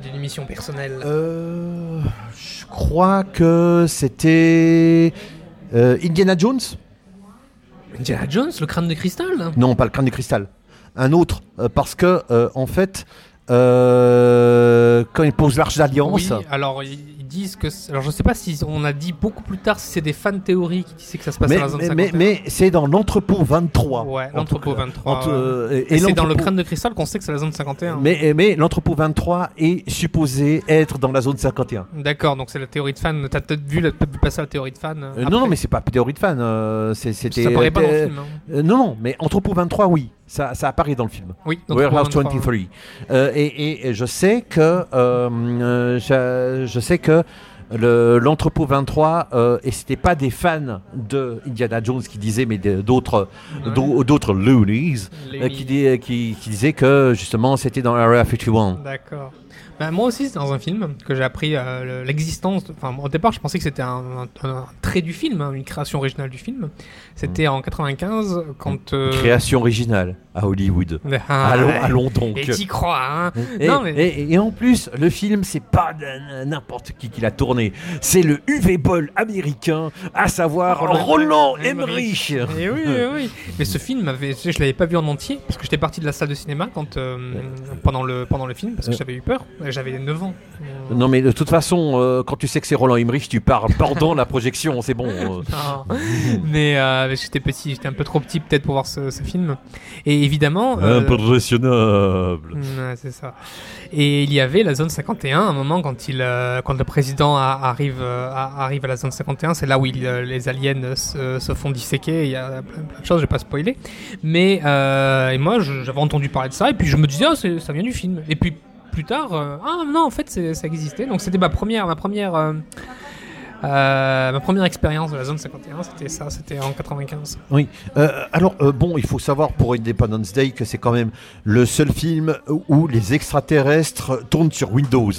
Speaker 1: C'est une émission personnelle.
Speaker 2: Euh, je crois que c'était euh, Indiana Jones
Speaker 1: Indiana Jones, le crâne de cristal
Speaker 2: Non, pas le crâne du cristal. Un autre, euh, parce que euh, en fait, euh, quand ils posent l'arche d'alliance,
Speaker 1: Oui, alors ils ils disent que. c'est- Alors je sais pas si on a dit beaucoup plus tard si c'est des fans théories qui disaient que ça se passe
Speaker 2: mais,
Speaker 1: dans la zone
Speaker 2: mais,
Speaker 1: 51.
Speaker 2: mais- mais c'est dans l'entrepôt 23.
Speaker 1: Ouais,
Speaker 2: En
Speaker 1: l'entrepôt
Speaker 2: tout cas.
Speaker 1: 23.
Speaker 2: Entre-
Speaker 1: ouais.
Speaker 2: euh, et- et
Speaker 1: Ah. Et c'est dans le
Speaker 2: l'entrepôt-
Speaker 1: crâne de hein. cristal qu'on sait que c'est la zone 51.
Speaker 2: Mais, mais l'entrepôt 23 est supposé être dans la zone 51.
Speaker 1: D'accord, donc c'est la théorie de fan. T'as peut-être vu la, peut-être vu passer la théorie de fan. euh,
Speaker 2: Euh,
Speaker 1: après.
Speaker 2: non, non, mais c'est pas théorie de fan. euh, c'est- c'était.
Speaker 1: ça paraît pas dans le
Speaker 2: euh,
Speaker 1: film. hein.
Speaker 2: euh, non, non, mais entrepôt 23, oui, ça, ça apparaît dans le film.
Speaker 1: Oui, donc
Speaker 2: Warehouse
Speaker 1: on va en parler.
Speaker 2: 23. Euh, et, et- et je sais que euh, euh, je, je sais que le- l'entrepôt 23 euh, et c'était pas des fans de Indiana Jones qui disaient mais de- d'autres d'au- d'autres loonies, euh,
Speaker 1: Loonies.
Speaker 2: qui, dis- qui- qui disaient que justement c'était dans l'Area 51.
Speaker 1: D'accord. Bah, moi aussi, c'est dans un film que j'ai appris euh, le- l'existence. de- Enfin, au départ, je pensais que c'était un, un- un trait du film, hein, une création originale du film. C'était en 95 quand. euh,
Speaker 2: Hmm. Création originale à Hollywood.
Speaker 1: Ah,
Speaker 2: allons,
Speaker 1: ouais.
Speaker 2: allons donc. euh,
Speaker 1: Et
Speaker 2: hmm.
Speaker 1: t'y crois, hein
Speaker 2: Et,
Speaker 1: Non, mais-
Speaker 2: et- et en plus, le film, c'est pas n- n'importe qui qui l'a tourné. C'est le UV Ball américain, à savoir Oh, Roland,
Speaker 1: Roland
Speaker 2: Emmerich.
Speaker 1: Emmerich. Et oui, oui, oui. Mais ce film, avait, tu sais, je l'avais pas vu en entier parce que j'étais parti de la salle de cinéma quand, euh, pendant, le, pendant le film parce que j'avais eu peur. J'avais 9 ans. Euh,
Speaker 2: Non mais de toute façon, euh, quand tu sais que c'est Roland Emmerich, tu parles pendant la projection, c'est bon. euh.
Speaker 1: Ah. mais euh, j'étais petit, j'étais un peu trop petit peut-être pour voir ce, ce film. Et évidemment. euh,
Speaker 2: Impressionnable.
Speaker 1: ouais, c'est ça. Et il y avait la zone 51. À un moment, quand, il, euh, quand le président a- arrive, euh, a- arrive à la zone 51, c'est là où il, euh, les aliens euh, se, se font disséquer. Il y a plein, plein de choses, je vais pas spoiler. Mais euh, et moi, je- j'avais entendu parler de ça, et puis je me disais, Ah, c'est- ça vient du film. Et puis plus tard, euh, ah non, en fait, c'est- ça existait. Donc c'était ma première, ma première, euh, euh, ma première expérience de la zone 51. C'était ça, c'était en 95.
Speaker 2: Oui. Euh, alors euh, bon, il faut savoir pour Independence Day que c'est quand même le seul film où les extraterrestres tournent sur Windows.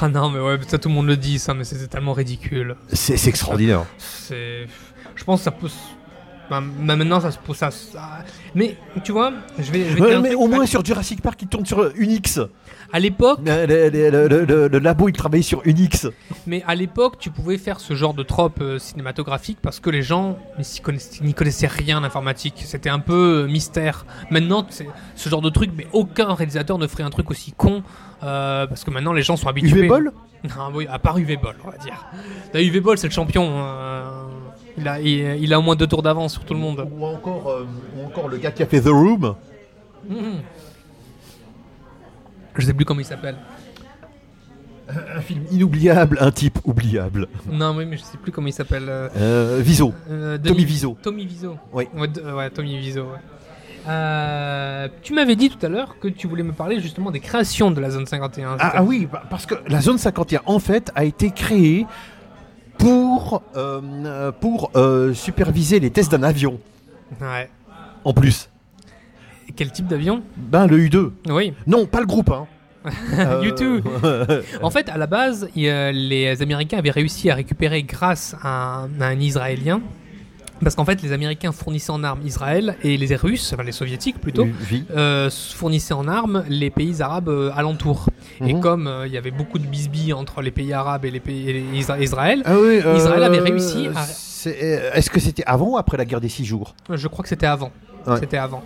Speaker 1: Ah non, mais ouais, ça tout le monde le dit, ça, mais c'était tellement ridicule.
Speaker 2: C'est c'est extraordinaire.
Speaker 1: C'est. Je pense que ça pousse. Bah, bah, maintenant, ça se pousse à ça. Mais tu vois, je vais. je vais te dire
Speaker 2: Ouais,
Speaker 1: un
Speaker 2: mais
Speaker 1: truc.
Speaker 2: au moins sur Jurassic Park, ils tournent sur euh, Unix.
Speaker 1: À l'époque,
Speaker 2: Le, le- le- le- le- le labo, il travaillait sur Unix.
Speaker 1: mais à l'époque, tu pouvais faire ce genre de trope euh, cinématographique parce que les gens n'y s'y connaissaient- n'y connaissaient rien en informatique. C'était un peu euh, mystère. Maintenant, c'est ce genre de truc, mais aucun réalisateur ne ferait un truc aussi con euh, parce que maintenant, les gens sont habitués.
Speaker 2: UV Ball
Speaker 1: Ah oui, à part UV Ball, on va dire. La UV Ball, c'est le champion. euh, il, a, il- il a au moins deux tours d'avance sur tout le monde.
Speaker 2: ou encore, euh, ou encore le gars qui a fait The Room.
Speaker 1: Mhm. Je sais plus comment il s'appelle.
Speaker 2: Un film inoubliable, un type oubliable.
Speaker 1: Non, oui, mais je sais plus comment il s'appelle. euh,
Speaker 2: Euh, Viso.
Speaker 1: euh, Demi-
Speaker 2: Tommy Wiseau.
Speaker 1: Tommy Wiseau.
Speaker 2: Oui.
Speaker 1: Ouais, de- ouais, Tommy Wiseau, ouais. Euh, tu m'avais dit tout à l'heure que tu voulais me parler justement des créations de la zone 51.
Speaker 2: Ah, ah oui, bah, parce que la zone 51, en fait, a été créée pour, euh, euh, pour euh, superviser les tests d'un avion,
Speaker 1: Ouais.
Speaker 2: en plus.
Speaker 1: Et Quel type d'avion
Speaker 2: Ben, le U2.
Speaker 1: Oui.
Speaker 2: Non, pas le groupe, hein.
Speaker 1: U2.
Speaker 2: Euh,
Speaker 1: En fait, à la base, il y a- les Américains avaient réussi à récupérer grâce à un, à un Israélien. Parce qu'en fait, les Américains fournissaient en armes Israël et les Russes, enfin les Soviétiques plutôt,
Speaker 2: oui.
Speaker 1: euh, fournissaient en armes les pays arabes euh, alentours. Et
Speaker 2: Mhm.
Speaker 1: comme euh, il y avait beaucoup de bisbilles entre les pays arabes et les pays et les Isra- Israël,
Speaker 2: Ah oui, euh,
Speaker 1: Israël avait réussi à-
Speaker 2: c'est- euh, Est-ce que c'était avant ou après la guerre des six jours
Speaker 1: je crois que c'était avant.
Speaker 2: Ouais.
Speaker 1: C'était avant.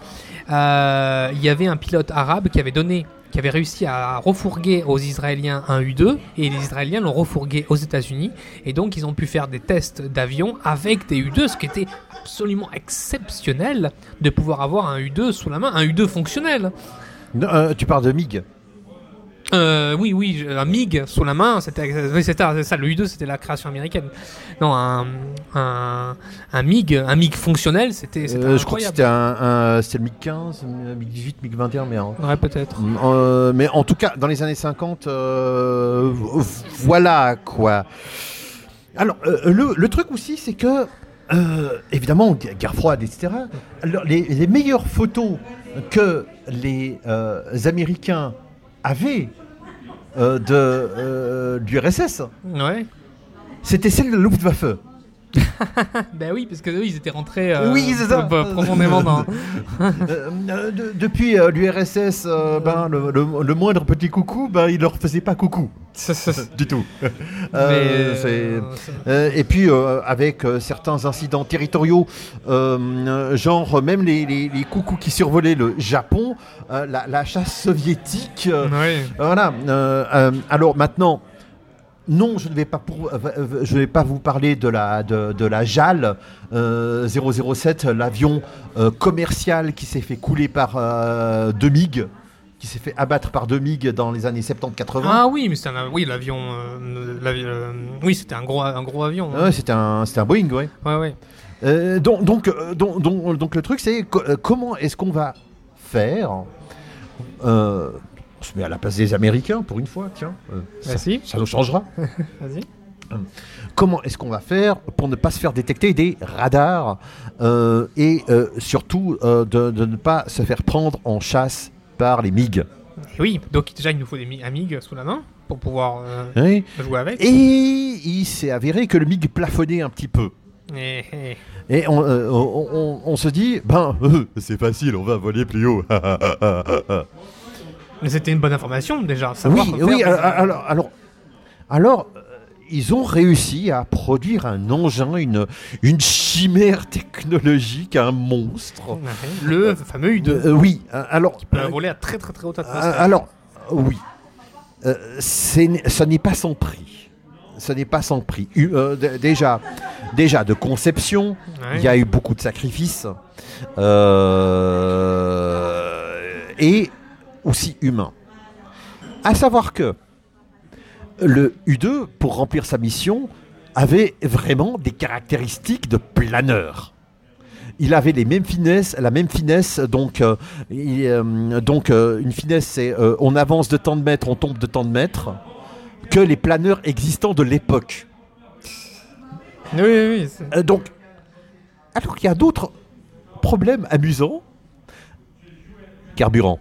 Speaker 1: Euh, Il y avait un pilote arabe qui avait donné, qui avait réussi à refourguer aux Israéliens un U2 et les Israéliens l'ont refourgué aux États-Unis et donc ils ont pu faire des tests d'avions avec des U2, ce qui était absolument exceptionnel de pouvoir avoir un U2 sous la main, un U2 fonctionnel.
Speaker 2: Non, euh, Tu parles de MiG.
Speaker 1: Euh, oui, oui, un MiG sous la main, c'était oui, c'était- c'est ça, le U2, c'était la création américaine. Non, un, un, un MiG, un MiG fonctionnel, c'était c'était
Speaker 2: Euh, je crois que
Speaker 1: incroyable.
Speaker 2: c'était un, un- c'était le MiG 15, le MiG 18, MiG 21, mais, hein.
Speaker 1: ouais, peut-être.
Speaker 2: Mm, euh, mais en tout cas, dans les années 50, euh, v- voilà quoi. Alors, euh, le, le truc aussi, c'est que, euh, évidemment, gu- guerre froide, etc., alors, les, les meilleures photos que les euh, Américains avaient euh, de, euh, du RSS,
Speaker 1: Ouais.
Speaker 2: c'était celles de la Luftwaffe. Euh,
Speaker 1: Ben oui, parce que eux, ils étaient rentrés euh,
Speaker 2: Oui, c'est ça.
Speaker 1: euh, profondément dans.
Speaker 2: Euh, euh, de- depuis l'URSS, ben, le, le- le moindre petit coucou, ben, il leur faisait pas coucou du tout. Euh, c'est- Euh, et puis euh, avec euh, certains incidents territoriaux, euh, euh, genre même les, les, les coucous qui survolaient le Japon, euh, la, la chasse soviétique. euh,
Speaker 1: Ouais.
Speaker 2: Voilà. euh, euh, alors maintenant. Non, je ne vais pas, pour- euh, euh, je ne vais pas vous parler de la, de, de la JAL euh, 007, l'avion euh, commercial qui s'est fait couler par euh, deux MiG, qui s'est fait abattre par deux MiG dans les années 70-80.
Speaker 1: Ah oui, mais c'était un, oui, l'avion, euh, l'avi- euh, oui, c'était un gros, un gros avion. hein.
Speaker 2: Ouais, c'était un, c'était un Boeing, oui.
Speaker 1: Ouais, ouais.
Speaker 2: Euh, donc, donc, euh, donc, donc- donc le truc, c'est co- euh, comment est-ce qu'on va faire euh, On se met à la place des Américains pour une fois, tiens. euh, ça,
Speaker 1: Vas-y,
Speaker 2: ça nous changera.
Speaker 1: vas-y.
Speaker 2: Comment est-ce qu'on va faire pour ne pas se faire détecter des radars euh, et euh, surtout euh, de, de ne pas se faire prendre en chasse par les MiG
Speaker 1: Et oui, donc déjà, il nous faut des Mi- Amig sous la main pour pouvoir euh,
Speaker 2: Oui.
Speaker 1: jouer avec.
Speaker 2: Et il s'est avéré que le MIG plafonnait un petit peu.
Speaker 1: Eh, eh.
Speaker 2: Et on, euh, on- on- on se dit, ben, euh, c'est facile, on va voler plus haut.
Speaker 1: Mais c'était une bonne information déjà.
Speaker 2: oui,
Speaker 1: savoir faire
Speaker 2: oui,
Speaker 1: des-
Speaker 2: alors, alors, alors, alors, euh, ils ont réussi à produire un engin, une, une chimère technologique, un monstre.
Speaker 1: Le fameux U2
Speaker 2: Euh, oui, euh, alors,
Speaker 1: peut voler à très très très haute
Speaker 2: Euh,
Speaker 1: atmosphère.
Speaker 2: alors, euh, oui. Euh, c'est- ce n'est pas sans prix. Ce n'est pas sans prix. Eu- euh, d- déjà, déjà, de conception,
Speaker 1: Ouais.
Speaker 2: il y a eu beaucoup de sacrifices. Euh, et aussi humains. À savoir que le U2, pour remplir sa mission, avait vraiment des caractéristiques de planeur. Il avait les mêmes finesses, la même finesse, donc, euh, il, euh, donc euh, une finesse, c'est euh, on avance de tant de mètres, on tombe de tant de mètres, que les planeurs existants de l'époque.
Speaker 1: Oui, oui, oui. c'est-
Speaker 2: Euh, donc, alors qu'il y a d'autres problèmes amusants. Carburant.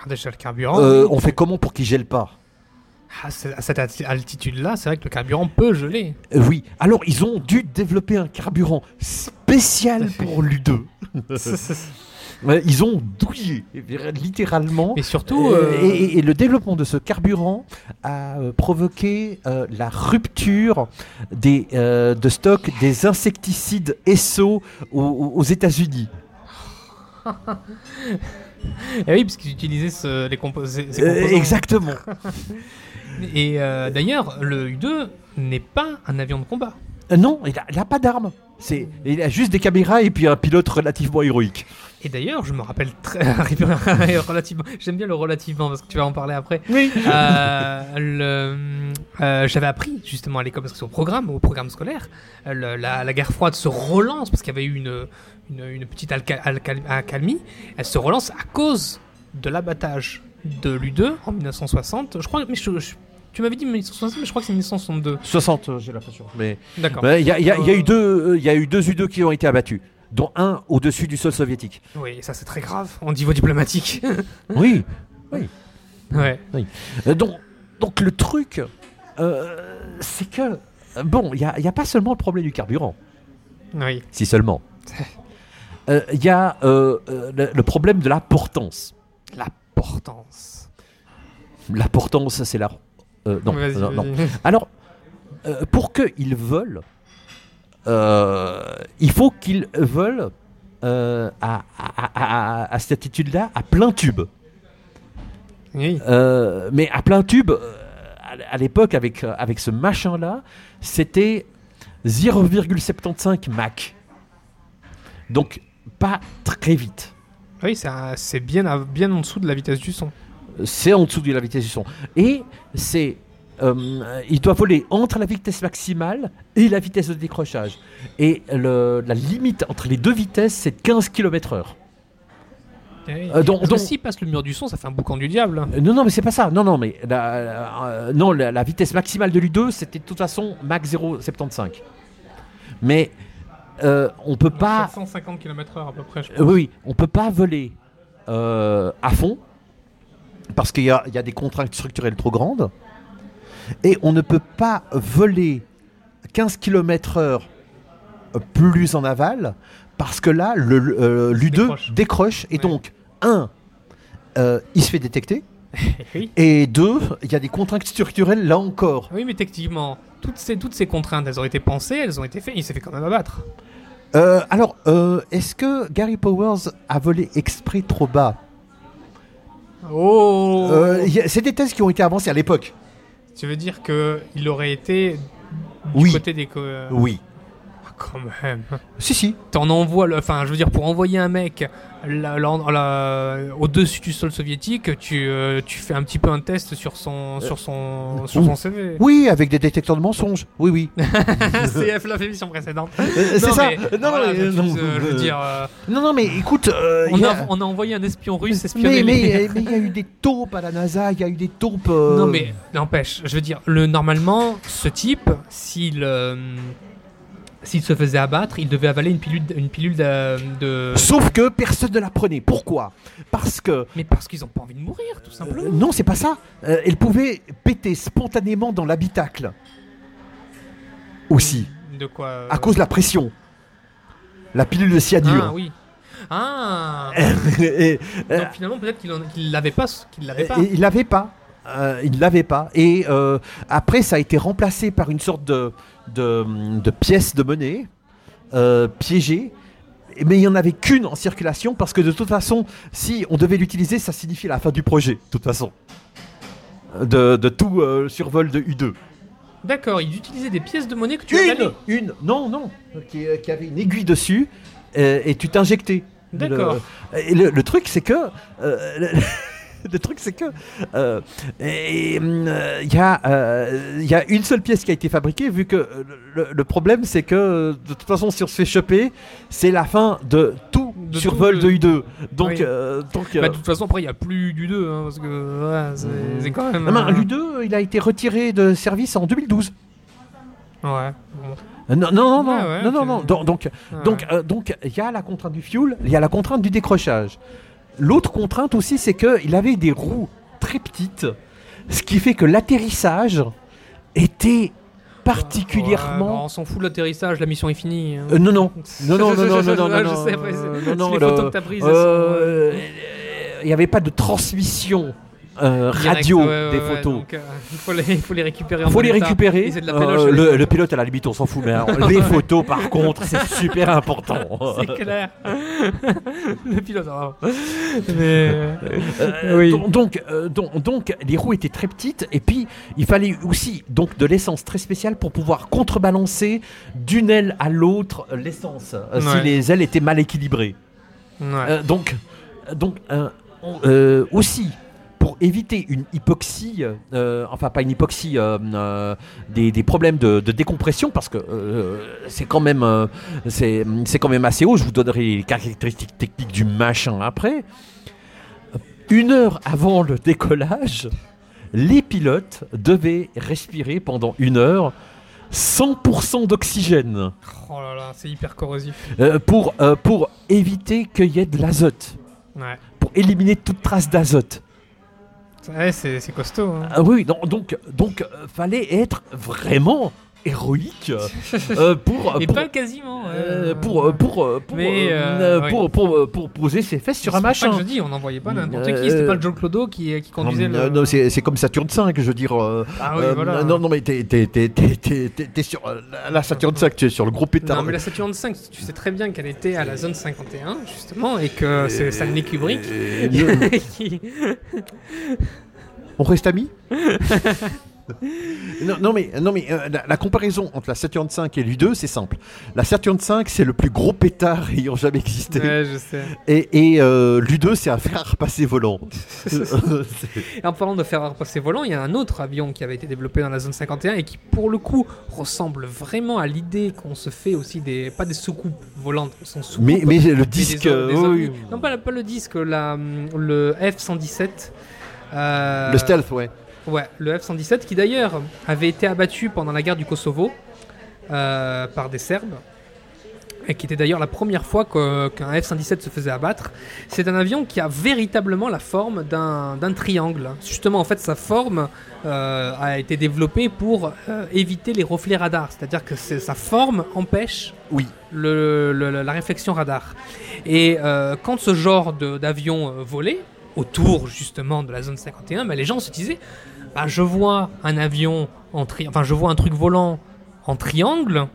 Speaker 1: Ah, Déjà le carburant.
Speaker 2: Euh,
Speaker 1: oui.
Speaker 2: on fait comment pour qu'il gèle pas
Speaker 1: Ah, c'est- à cette ati- altitude-là, c'est vrai que le carburant peut geler.
Speaker 2: Euh, Oui, alors ils ont dû développer un carburant spécial pour l'U2. Ouais, Ils ont douillé, littéralement.
Speaker 1: Et surtout,
Speaker 2: Euh,
Speaker 1: euh,
Speaker 2: et, et- et le développement de ce carburant a euh, provoqué euh, la rupture des, euh, de stock des insecticides SO aux, aux États-Unis.
Speaker 1: eh oui, parce qu'ils utilisaient ce- les compos- ces- ces
Speaker 2: Euh,
Speaker 1: composants.
Speaker 2: exactement.
Speaker 1: Et euh, d'ailleurs, le U2 n'est pas un avion de combat.
Speaker 2: Euh, non, il a, il a pas d'armes. C'est, il a juste des caméras et puis un pilote relativement héroïque.
Speaker 1: Et d'ailleurs, je me rappelle très relativement. J'aime bien le relativement parce que tu vas en parler après.
Speaker 2: Oui.
Speaker 1: Euh, le- euh, J'avais appris justement à l'école parce que c'est au programme, au programme scolaire, euh, le- la, la guerre froide se relance parce qu'il y avait eu une, une, une petite alca- alcal- accalmie. Elle se relance à cause de l'abattage de l'U2 en 1960. Je crois, mais je- je- tu m'avais dit 1960, mais je crois que c'est 1962.
Speaker 2: 60, euh, j'ai l'impression. Mais
Speaker 1: D'accord.
Speaker 2: Ouais, il y, a- il y a- il y a
Speaker 1: Euh.
Speaker 2: eu deux, euh, il y a eu deux U2 qui ont été abattus, dont un au-dessus du sol soviétique.
Speaker 1: Oui, et ça c'est très grave au niveau diplomatique.
Speaker 2: Oui.
Speaker 1: ouais.
Speaker 2: Euh, Donc, donc le truc, euh, c'est que, euh, bon, il n'y a, il y a pas seulement le problème du carburant,
Speaker 1: Oui.
Speaker 2: si seulement. Euh, Il y a euh, euh, le, le problème de la portance.
Speaker 1: La portance.
Speaker 2: La portance, c'est la... euh, non,
Speaker 1: Vas-y,
Speaker 2: non, non.
Speaker 1: vas-y.
Speaker 2: Alors, euh, pour qu'ils volent, euh, il faut qu'ils volent euh, à, à- à- à- à cette attitude-là, à plein tube.
Speaker 1: Oui.
Speaker 2: Euh, mais à plein tube, euh, à l- à l'époque, avec, euh, avec ce machin-là, c'était 0,75 Mach. Donc, pas très vite.
Speaker 1: Oui, c'est un- c'est bien, à- bien en dessous de la vitesse du son.
Speaker 2: C'est en dessous de la vitesse du son. Et c'est. euh, il doit voler entre la vitesse maximale et la vitesse de décrochage. Et le- la limite entre les deux vitesses, c'est 15 km/h. Euh, donc-
Speaker 1: Parce Eh que
Speaker 2: donc-
Speaker 1: s'il passe le mur du son, ça fait un boucan du diable.
Speaker 2: Euh, Non, non, mais c'est pas ça. Non, non, mais la, la- euh, non, la, la vitesse maximale de l'U2, c'était de toute façon max 0,75. Mais euh, on peut pas,
Speaker 1: 750 km/h à peu près. Je
Speaker 2: euh, oui, oui, on peut pas voler euh, à fond parce qu'il y, a- il y a des contraintes structurelles trop grandes et on ne peut pas voler 15 km/h euh, plus en aval parce que là, le- le- euh, l'U2
Speaker 1: Décroche.
Speaker 2: décroche. et
Speaker 1: Ouais.
Speaker 2: donc un, euh, il se fait détecter.
Speaker 1: Euh, oui. Ah
Speaker 2: Et deux, il y a des contraintes structurelles là encore.
Speaker 1: oui, mais techniquement, toutes ces, toutes ces contraintes, elles ont été pensées, elles ont été faites. Il s'est fait quand même abattre.
Speaker 2: Euh, alors, euh, est-ce que Gary Powers a volé exprès trop bas
Speaker 1: Oh
Speaker 2: Euh, y a- C'est des thèses qui ont été avancées à l'époque.
Speaker 1: Tu veux dire que il aurait été du
Speaker 2: Oui.
Speaker 1: côté des. co- euh,
Speaker 2: Oui.
Speaker 1: ah, Quand même.
Speaker 2: Si, si.
Speaker 1: T'en envoies le. Enfin, je veux dire, pour envoyer un mec la- la- la- au-dessus du sol soviétique, tu, euh, tu fais un petit peu un test sur son, sur son, sur
Speaker 2: ouh.
Speaker 1: son CV.
Speaker 2: Oui, avec des détecteurs de mensonges. Oui, oui.
Speaker 1: CF la émission précédente.
Speaker 2: Euh,
Speaker 1: Non,
Speaker 2: c'est ça.
Speaker 1: mais,
Speaker 2: Euh, Non,
Speaker 1: voilà,
Speaker 2: mais,
Speaker 1: je
Speaker 2: euh, non,
Speaker 1: veux- je veux
Speaker 2: euh,
Speaker 1: dire, euh,
Speaker 2: non, non, mais écoute. euh,
Speaker 1: on,
Speaker 2: y a-
Speaker 1: a, on a envoyé un espion russe espionner.
Speaker 2: mais mais-
Speaker 1: les-
Speaker 2: mais il y a eu des taupes à la NASA, il y a eu des taupes. euh,
Speaker 1: Non mais n'empêche, je veux dire, le normalement, ce type, s'il euh, s'il se faisait abattre, il devait avaler une pilule, une pilule d'a- de.
Speaker 2: Sauf que personne ne la prenait. Pourquoi Parce que
Speaker 1: Mais parce qu'ils ont pas envie de mourir, tout simplement.
Speaker 2: Euh, non, c'est pas ça. Euh, elle pouvait péter spontanément dans l'habitacle. Aussi,
Speaker 1: De quoi euh,
Speaker 2: à cause de la pression. La pilule de
Speaker 1: Ah
Speaker 2: cyanure.
Speaker 1: oui. Ah.
Speaker 2: Et, euh,
Speaker 1: Donc finalement peut-être qu'il en- qu'il l'avait pas, ce- qu'il l'avait pas.
Speaker 2: et il l'avait pas. Euh, il l'avait pas. Et euh, après, ça a été remplacé par une sorte de, de, de pièce de monnaie euh, piégée. Mais il n'y en avait qu'une en circulation parce que de toute façon, si on devait l'utiliser, ça signifiait la fin du projet, de toute façon. De, de tout euh, survol de U2.
Speaker 1: D'accord, ils utilisaient des pièces de monnaie que tu
Speaker 2: Une
Speaker 1: avalais.
Speaker 2: Une Non, non qui, euh, qui avait une aiguille dessus euh, et tu t'injectais.
Speaker 1: D'accord.
Speaker 2: Le, et le, le truc, c'est que. euh, le, le truc, c'est que. euh, et, hum, euh, Il y, a, euh, il y a une seule pièce qui a été fabriquée, vu que euh, le, le problème, c'est que euh, de toute façon, si on se fait choper, c'est la fin de tout
Speaker 1: De
Speaker 2: survol
Speaker 1: tout le-
Speaker 2: de U2. Donc.
Speaker 1: Oui.
Speaker 2: euh, donc
Speaker 1: Bah,
Speaker 2: euh,
Speaker 1: de toute façon après il y a plus du 2 hein, parce que voilà, c'est c'est quand même.
Speaker 2: Mmh. non, mais
Speaker 1: euh,
Speaker 2: l'U2, il a été retiré de service en 2012.
Speaker 1: Ouais. bon.
Speaker 2: Euh, Non, non, non, non,
Speaker 1: Ah ouais,
Speaker 2: non, non,
Speaker 1: ok.
Speaker 2: non. Donc, donc,
Speaker 1: Ah
Speaker 2: Donc,
Speaker 1: ouais.
Speaker 2: euh, donc, il y a la contrainte du fuel, il y a la contrainte du décrochage. L'autre contrainte aussi, c'est qu'il avait des roues très petites, ce qui fait que l'atterrissage était
Speaker 1: Ouais, bah,
Speaker 2: particulièrement.
Speaker 1: on s'en fout de l'atterrissage, la mission est finie. hein.
Speaker 2: Euh, non, non,
Speaker 1: Je-
Speaker 2: non, non,
Speaker 1: je-
Speaker 2: non, non,
Speaker 1: je- je-
Speaker 2: non, non,
Speaker 1: je-
Speaker 2: non,
Speaker 1: je sais, après, c'est-
Speaker 2: non,
Speaker 1: c'est
Speaker 2: non,
Speaker 1: les
Speaker 2: le-
Speaker 1: photos que t'as prises, elles
Speaker 2: euh, Il n'y avait pas de transmission euh,
Speaker 1: Direct,
Speaker 2: radio
Speaker 1: ouais, ouais,
Speaker 2: des
Speaker 1: ouais,
Speaker 2: photos.
Speaker 1: donc, euh, il, faut les, il faut les récupérer. en
Speaker 2: faut
Speaker 1: bon
Speaker 2: les
Speaker 1: état.
Speaker 2: récupérer.
Speaker 1: Et c'est de la
Speaker 2: Euh,
Speaker 1: péloche.
Speaker 2: le, le pilote, à la limite, on s'en fout, mais alors, les photos, par contre, c'est super important.
Speaker 1: C'est clair. le pilote. oh. alors. Mais,
Speaker 2: Euh,
Speaker 1: Oui.
Speaker 2: don- donc, euh, don- donc, les roues étaient très petites et puis il fallait aussi donc de l'essence très spéciale pour pouvoir contrebalancer d'une aile à l'autre euh, l'essence euh, si
Speaker 1: Ouais.
Speaker 2: les ailes étaient mal équilibrées.
Speaker 1: Ouais.
Speaker 2: Euh, donc, euh, donc euh, on- euh, aussi pour éviter une hypoxie, euh, enfin pas une hypoxie, euh, euh, des, des problèmes de, de décompression parce que euh, c'est quand même euh, c'est c'est quand même assez haut. Je vous donnerai les caractéristiques techniques du machin après. Une heure avant le décollage, les pilotes devaient respirer pendant une heure 100% d'oxygène
Speaker 1: Oh là là, c'est hyper corrosif.
Speaker 2: euh, pour, euh, pour éviter qu'il y ait de l'azote
Speaker 1: Ouais.
Speaker 2: pour éliminer toute trace d'azote.
Speaker 1: Ouais, c'est c'est costaud. hein.
Speaker 2: Ah oui, non, donc, donc euh, fallait être vraiment héroïque euh, pour, euh,
Speaker 1: Et
Speaker 2: pour,
Speaker 1: pas quasiment. ouais.
Speaker 2: euh, pour, euh, pour, euh, pour,
Speaker 1: Mais,
Speaker 2: euh,
Speaker 1: euh, ouais.
Speaker 2: pour, pour, pour- pour poser ses fesses sur un
Speaker 1: C'est pour ça que
Speaker 2: machin.
Speaker 1: Je dis, on n'envoyait pas n'importe
Speaker 2: Euh,
Speaker 1: qui. C'était pas le John Clodo qui, qui conduisait
Speaker 3: Non,
Speaker 1: le.
Speaker 3: non, c'est c'est comme Saturne 5, je veux dire. euh,
Speaker 1: Ah oui,
Speaker 3: euh,
Speaker 1: voilà.
Speaker 3: Non, non, mais t'es t'es- t'es- t'es- t'es- t'es- t'es sur euh, la- la Saturne 5, tu es sur le gros pétard.
Speaker 1: Non, mais la Saturne 5, tu sais très bien qu'elle était à la zone 51, justement, et que c'est Stanley Kubrick
Speaker 3: Et le-
Speaker 1: qui.
Speaker 3: On reste amis non, non, mais, non, mais euh, la, la comparaison entre la Saturne 5 et l'U2, c'est simple. La Saturne 5, c'est le plus gros pétard ayant jamais existé.
Speaker 1: Ouais, je sais.
Speaker 3: Et, et, euh, l'U2, c'est un fer à repasser volant. C'est-
Speaker 1: Et en parlant de faire repasser volant, il y a un autre avion qui avait été développé dans la zone 51 et qui, pour le coup, ressemble vraiment à l'idée qu'on se fait aussi des. pas des soucoupes volantes, mais sont soucoupes.
Speaker 3: mais,
Speaker 1: mais
Speaker 3: mais le
Speaker 1: des
Speaker 3: disque.
Speaker 1: o-
Speaker 3: euh,
Speaker 1: des
Speaker 3: oui,
Speaker 1: ovnis.
Speaker 3: oui.
Speaker 1: Non, pas, la- pas le disque, la, le F-117. euh,
Speaker 3: Le stealth, ouais.
Speaker 1: Ouais, le F-117 qui d'ailleurs avait été abattu pendant la guerre du Kosovo euh, par des Serbes. Et qui était d'ailleurs la première fois que- qu'un F-117 se faisait abattre. C'est un avion qui a véritablement la forme d'un d'un triangle. Justement, en fait, sa forme euh, a été développée pour euh, éviter les reflets radars. C'est-à-dire que c'est- sa forme empêche
Speaker 3: Oui.
Speaker 1: le- le- la- la réflexion radar. Et euh, quand ce genre de- d'avion euh, volait, autour justement de la zone 51, bah, les gens se disaient bah, Je vois un avion en tri- enfin, je vois un truc volant en triangle.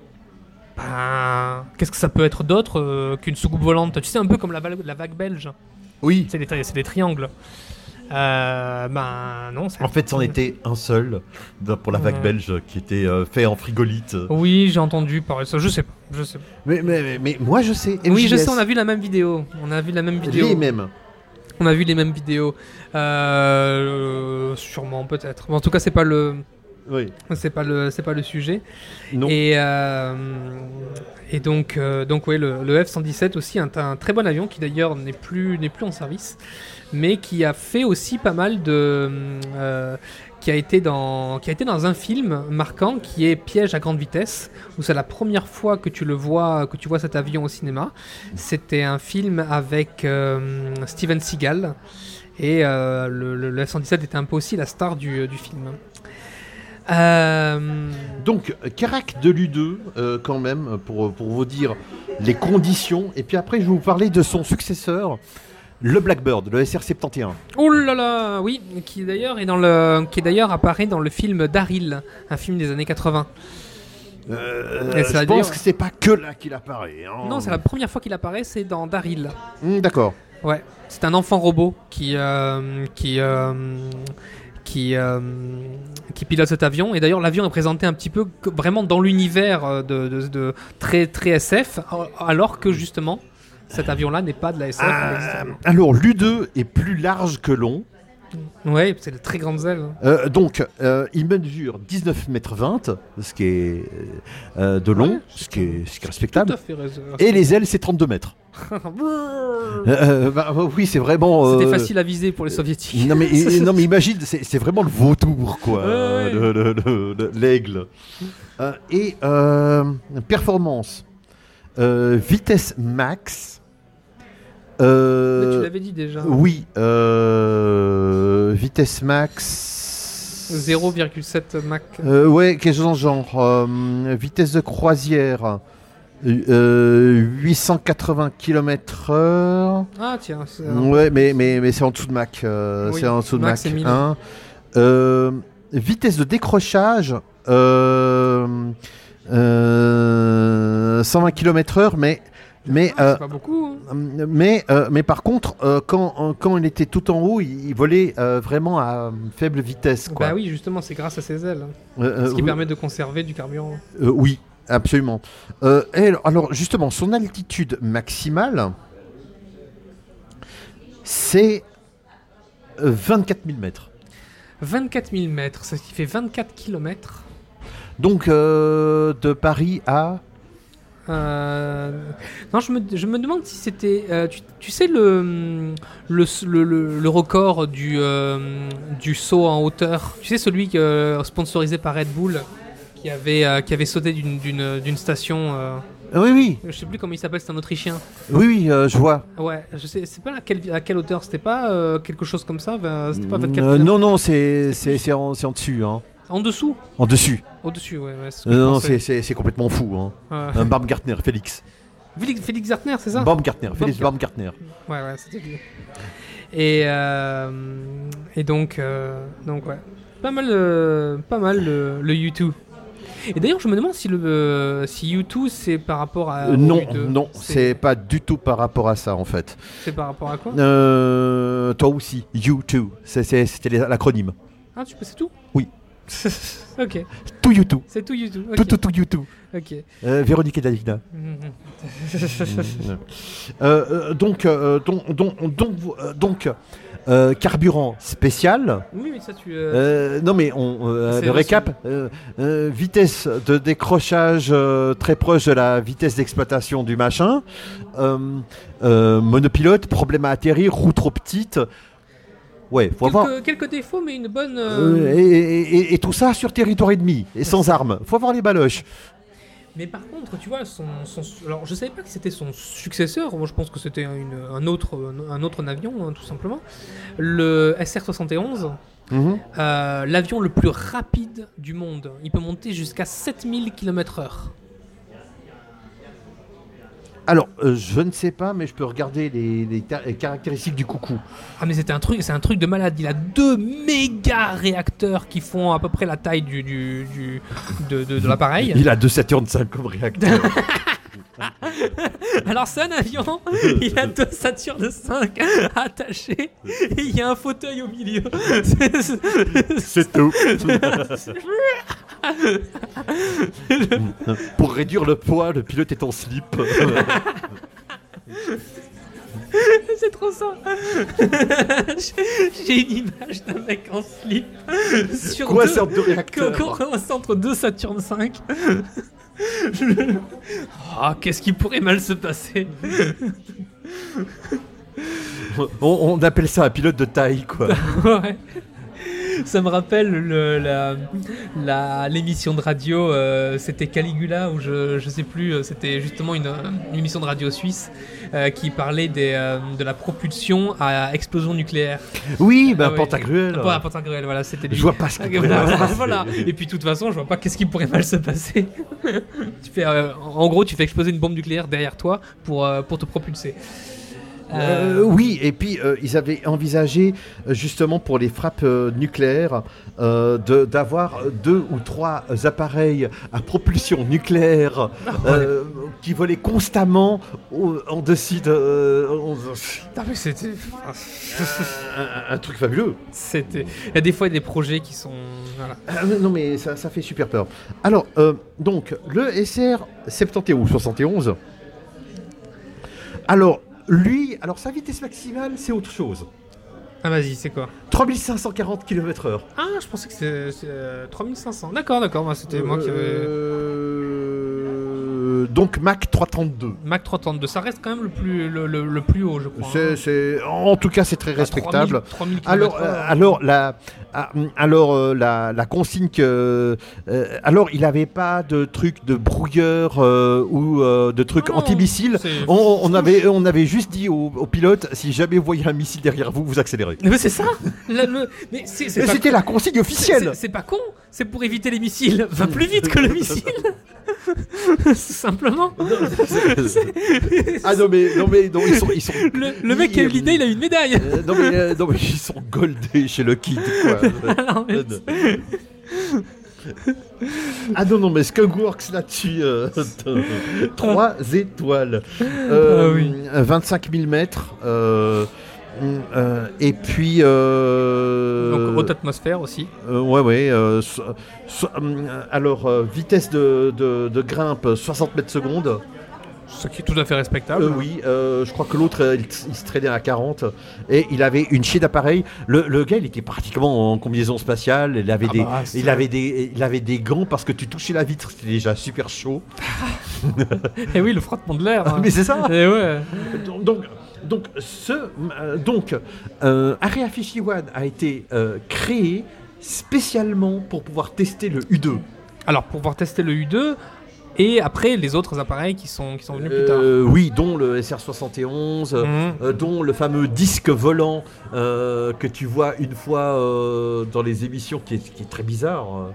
Speaker 1: Bah, Qu'est-ce que ça peut être d'autre euh, qu'une soucoupe volante Tu sais, un peu comme la, val- la vague belge.
Speaker 3: Oui.
Speaker 1: C'est des, tri- c'est des triangles. Euh, bah, non, c'est-
Speaker 3: En fait, c'en était un seul dans- pour la vague
Speaker 1: Ouais.
Speaker 3: belge qui était euh, fait en frigolite.
Speaker 1: Oui, j'ai entendu parler de ça. Je sais pas. Je sais pas.
Speaker 3: Mais, mais, mais, mais moi, je sais.
Speaker 1: Oui, je
Speaker 3: MJS,
Speaker 1: sais, on a vu la même vidéo. On a vu la même vidéo.
Speaker 3: Les mêmes.
Speaker 1: On a vu les mêmes vidéos. Euh, sûrement, peut-être. Mais en tout cas, c'est pas le,
Speaker 3: Oui.
Speaker 1: c'est pas le, c'est pas le sujet.
Speaker 3: Non.
Speaker 1: Et, euh, et donc, euh, donc ouais, le, le F-117 aussi, un, un très bon avion qui d'ailleurs n'est plus, n'est plus en service, mais qui a fait aussi pas mal de, euh, qui a été dans, qui a été dans un film marquant qui est Piège à grande vitesse, où c'est la première fois que tu le vois, que tu vois cet avion au cinéma. C'était un film avec euh, Steven Seagal. Et euh, le, le- le F-117 était un peu aussi la star du, du film. Euh,
Speaker 3: Donc, euh, Carac de l'U2, euh, quand même, pour, pour vous dire les conditions. Et puis après, je vais vous parler de son successeur, le Blackbird, le SR-71.
Speaker 1: Oh là là, oui, qui d'ailleurs est dans le, qui d'ailleurs apparaît dans le film Daryl, un film des années 80.
Speaker 3: Euh,
Speaker 1: Et ça
Speaker 3: je
Speaker 1: veut
Speaker 3: pense
Speaker 1: dire-
Speaker 3: que c'est pas que là qu'il apparaît. hein.
Speaker 1: Non, c'est la première fois qu'il apparaît, c'est dans Daryl.
Speaker 3: Hmm, D'accord.
Speaker 1: Ouais, c'est un enfant robot qui euh, qui euh, qui euh, qui pilote cet avion. Et d'ailleurs, l'avion est présenté un petit peu que- vraiment dans l'univers euh, de, de- de- très très SF, alors que justement cet avion-là n'est pas de la SF.
Speaker 3: Ah, alors, l'U2 est plus large que long.
Speaker 1: Ouais, c'est de très grandes ailes. hein.
Speaker 3: Euh, donc, euh, il mesure 19 mètres 20, ce qui est euh, de long,
Speaker 1: Ouais,
Speaker 3: ce, qui est, ce
Speaker 1: Tout
Speaker 3: qui est respectable.
Speaker 1: à fait raison.
Speaker 3: Et les ailes, c'est 32 mètres. Euh, bah, oui, c'est vraiment.
Speaker 1: C'était
Speaker 3: euh,
Speaker 1: facile à viser pour les soviétiques.
Speaker 3: Non mais, et- non, mais imagine, c'est c'est vraiment le vautour, quoi.
Speaker 1: Ouais, ouais.
Speaker 3: le- le- le- le- L'aigle. Euh, et euh, performance. Euh, vitesse max.
Speaker 1: Mais tu
Speaker 3: Euh,
Speaker 1: l'avais dit déjà.
Speaker 3: oui. euh, vitesse max.
Speaker 1: 0,7 Mach.
Speaker 3: Euh, ouais, quelque chose dans le genre. euh, vitesse de croisière. euh, 880 km/h.
Speaker 1: Ah tiens, c'est un-
Speaker 3: Ouais, mais, mais, mais c'est en dessous de Mac. euh,
Speaker 1: Oui,
Speaker 3: C'est en dessous de
Speaker 1: Mac,
Speaker 3: Mac.
Speaker 1: c'est 1000.
Speaker 3: hein. Euh, vitesse de décrochage euh, euh, 120 km/h, mais. Mais,
Speaker 1: ah,
Speaker 3: euh,
Speaker 1: c'est pas beaucoup. hein.
Speaker 3: mais, euh, mais par contre, euh, quand, euh, quand il était tout en haut, il, il volait euh, vraiment à euh, faible vitesse. Quoi.
Speaker 1: Bah oui, justement, c'est grâce à ses ailes. hein.
Speaker 3: Euh, euh,
Speaker 1: Ce qui
Speaker 3: oui,
Speaker 1: permet de conserver du carburant.
Speaker 3: euh, oui, absolument. Euh, et alors, alors, justement, son altitude maximale, c'est euh, 24 000 mètres.
Speaker 1: 24 000 mètres, ce qui fait 24 km.
Speaker 3: Donc euh, de Paris à
Speaker 1: Euh, Non, je me, je me demande si c'était. euh, tu, tu sais le, le, le, le- le record du, euh, du saut en hauteur Tu sais celui que- euh, sponsorisé par Red Bull qui avait, euh, qui avait sauté d'une- d'une d'une station. euh,
Speaker 3: oui oui
Speaker 1: je sais plus comment il s'appelle, c'est un Autrichien.
Speaker 3: oui oui euh, je vois.
Speaker 1: Ouais, je sais, c'est pas à quelle, à quelle hauteur, c'était pas euh, quelque chose comme ça, ben, c'était pas 24
Speaker 3: Euh,
Speaker 1: km.
Speaker 3: non non c'est c'est c'est en, c'est en dessus hein.
Speaker 1: En dessous
Speaker 3: En dessus.
Speaker 1: Au-dessus, ouais. ouais, c'est ce que
Speaker 3: Euh,
Speaker 1: je
Speaker 3: non, non,
Speaker 1: pensais.
Speaker 3: c'est c'est c'est complètement fou hein.
Speaker 1: Ouais.
Speaker 3: Un Baumgartner Félix.
Speaker 1: Félix, Félix Zartner, c'est ça
Speaker 3: Baumgartner Félix Baumgartner.
Speaker 1: Ouais, ouais, c'était lui. Et, euh, et donc, euh, donc, ouais. Pas mal, euh, pas mal le, le U2. Et d'ailleurs, je me demande si, le, euh, si U2 c'est par rapport à.
Speaker 3: Euh,
Speaker 1: Ah, au
Speaker 3: non
Speaker 1: U2.
Speaker 3: non c'est pas du tout par rapport à ça en fait.
Speaker 1: C'est par rapport à quoi
Speaker 3: Euh, toi aussi you too C'est- c'est- c'était les- l'acronyme.
Speaker 1: Ah, tu peux, c'est tout
Speaker 3: Oui.
Speaker 1: ok,
Speaker 3: Tout you too.
Speaker 1: c'est tout U2.
Speaker 3: Tout
Speaker 1: Ok.
Speaker 3: tout tout you too.
Speaker 1: Ok.
Speaker 3: Euh, Véronique et Davina.
Speaker 1: Mhm.
Speaker 3: Euh, euh, donc, euh, donc, donc, donc, euh, donc, euh, carburant spécial.
Speaker 1: Oui, mais ça, tu. euh,
Speaker 3: Euh, non mais on, euh,
Speaker 1: C'est
Speaker 3: le récap, euh, euh, vitesse de décrochage euh, très proche de la vitesse d'exploitation du machin, Euh, euh, monopilote, problème à atterrir, roue trop petite. Ouais, faut avoir
Speaker 1: quelques, quelques défauts, mais une bonne.
Speaker 3: euh,
Speaker 1: euh,
Speaker 3: et, et- et- et tout ça sur territoire ennemi et sans armes. Faut avoir les baloches.
Speaker 1: Mais par contre, tu vois, son, son- alors je savais pas que c'était son successeur. Moi, je pense que c'était une- un autre, un autre avion, hein, tout simplement. Le SR-71,
Speaker 3: Mhm.
Speaker 1: euh, l'avion le plus rapide du monde. Il peut monter jusqu'à 7000 km/h.
Speaker 3: Alors, euh, je ne sais pas, mais je peux regarder les, les ta- les caractéristiques du coucou.
Speaker 1: Ah mais c'était un truc, c'est un truc de malade. Il a deux méga réacteurs qui font à peu près la taille du, du, du- de, de- de l'appareil.
Speaker 3: Il a deux Saturn 5 comme réacteur.
Speaker 1: Alors c'est un avion, il a deux Saturn 5 attachés et il y a un fauteuil au milieu. C'est- c'est-
Speaker 3: C'est tout. Pour réduire le poids, le pilote est en slip.
Speaker 1: C'est trop ça. J'ai une image d'un mec en slip sur
Speaker 3: Quoi,
Speaker 1: deux,
Speaker 3: sorte de réacteur
Speaker 1: qu'on- qu'on ressent entre deux Saturn 5. Ah, qu'est-ce qui pourrait mal se passer Ah
Speaker 3: on, on appelle ça un pilote de taille, quoi.
Speaker 1: Ouais. ça me rappelle le- la- la- l'émission de radio, euh, c'était Caligula, ou je, je sais plus, euh, c'était justement une, euh, une émission de radio suisse euh, qui parlait des, euh, de la propulsion à explosion nucléaire.
Speaker 3: Oui, ben
Speaker 1: Ah oui.
Speaker 3: Pantagruel.
Speaker 1: Pas à Pantagruel, voilà, c'était lui.
Speaker 3: Je vois pas ce qu'il
Speaker 1: Voilà,
Speaker 3: pourrait
Speaker 1: voilà, voilà. Et puis de toute façon, je vois pas qu'est-ce qui pourrait mal se passer. tu fais, euh, en gros, tu fais exploser une bombe nucléaire derrière toi pour, euh, pour te propulser.
Speaker 3: Euh, oui, et puis euh, ils avaient envisagé euh, justement pour les frappes euh, nucléaires euh, de- d'avoir deux ou trois euh, appareils à propulsion nucléaire
Speaker 1: Ah
Speaker 3: euh, qui volaient constamment au- en dessous de... euh, en-
Speaker 1: Putain, mais c'était. ah,
Speaker 3: un, un truc fabuleux.
Speaker 1: C'était. Il y a des fois des projets qui sont. Voilà.
Speaker 3: Ah, non mais ça, ça fait super peur. Alors, euh, donc, le SR 70 ou 71. Alors, lui, alors sa vitesse maximale, c'est autre chose.
Speaker 1: Ah, vas-y, c'est quoi
Speaker 3: 3540 km/h.
Speaker 1: Ah, je pensais que c'était c'est, euh, 3500. D'accord, d'accord, moi c'était moi qui avais.
Speaker 3: Euh, Donc Mac 332.
Speaker 1: Mac 332, ça reste quand même le plus, le, le- le plus haut, je crois. hein. Ah,
Speaker 3: C'est, c'est- En tout cas, c'est très
Speaker 1: À
Speaker 3: respectable.
Speaker 1: 3000 3000
Speaker 3: Alors,
Speaker 1: kilomètres,
Speaker 3: euh,
Speaker 1: ouais.
Speaker 3: alors, la, ah, hum, alors euh, la, la consigne que. euh, alors, il n'avait pas de truc de brouilleur euh, ou euh, de truc
Speaker 1: Non,
Speaker 3: anti-missile.
Speaker 1: c'est-
Speaker 3: On, on avait, on avait juste dit au, au pilote si jamais vous voyez un missile derrière vous, vous accélérez.
Speaker 1: Mais c'est ça Là, le- Mais c'est c'est
Speaker 3: Et
Speaker 1: pas-
Speaker 3: c'était la consigne
Speaker 1: c'est-
Speaker 3: officielle.
Speaker 1: c'est- c'est pas con, c'est pour éviter les missiles. Va plus vite que le missile Simplement
Speaker 3: Ah non, mais, non, mais non, ils sont. Ils sont
Speaker 1: le, le mec qui a eu l'idée, il a eu une médaille
Speaker 3: Euh, non, mais, euh, non, mais ils sont goldés chez le kid. Quoi.
Speaker 1: Non, mais-
Speaker 3: ah non, non, mais Skunkworks là-dessus, 3 étoiles. Euh,
Speaker 1: Ah oui.
Speaker 3: 25 000 mètres. euh, euh, et puis. euh,
Speaker 1: Donc, haute atmosphère aussi.
Speaker 3: euh, ouais, ouais. euh, so- so- hum, alors, euh, vitesse de, de- de grimpe 60 mètres secondes.
Speaker 1: Ce qui est tout à fait respectable.
Speaker 3: Euh, oui, euh, je crois que l'autre, euh, il, il se traînait à 40 et il avait une chier d'appareil. Le, le gars, il était pratiquement en combinaison spatiale. Il avait,
Speaker 1: Ah
Speaker 3: des,
Speaker 1: bah, c'est-
Speaker 3: il, avait des, il avait des gants parce que tu touchais la vitre, c'était déjà super chaud.
Speaker 1: Et Eh oui, le frottement de l'air. hein.
Speaker 3: Mais c'est ça
Speaker 1: Eh ouais.
Speaker 3: Donc, donc, donc, ce, euh, donc euh, Area 51 a été euh, créé spécialement pour pouvoir tester le U2.
Speaker 1: Alors, pour pouvoir tester le U2 et après les autres appareils qui sont, qui sont venus plus tard.
Speaker 3: Euh, oui, dont le SR-71, euh,
Speaker 1: Mhm.
Speaker 3: euh, dont le fameux disque volant euh, que tu vois une fois euh, dans les émissions, qui est, qui est très bizarre. euh.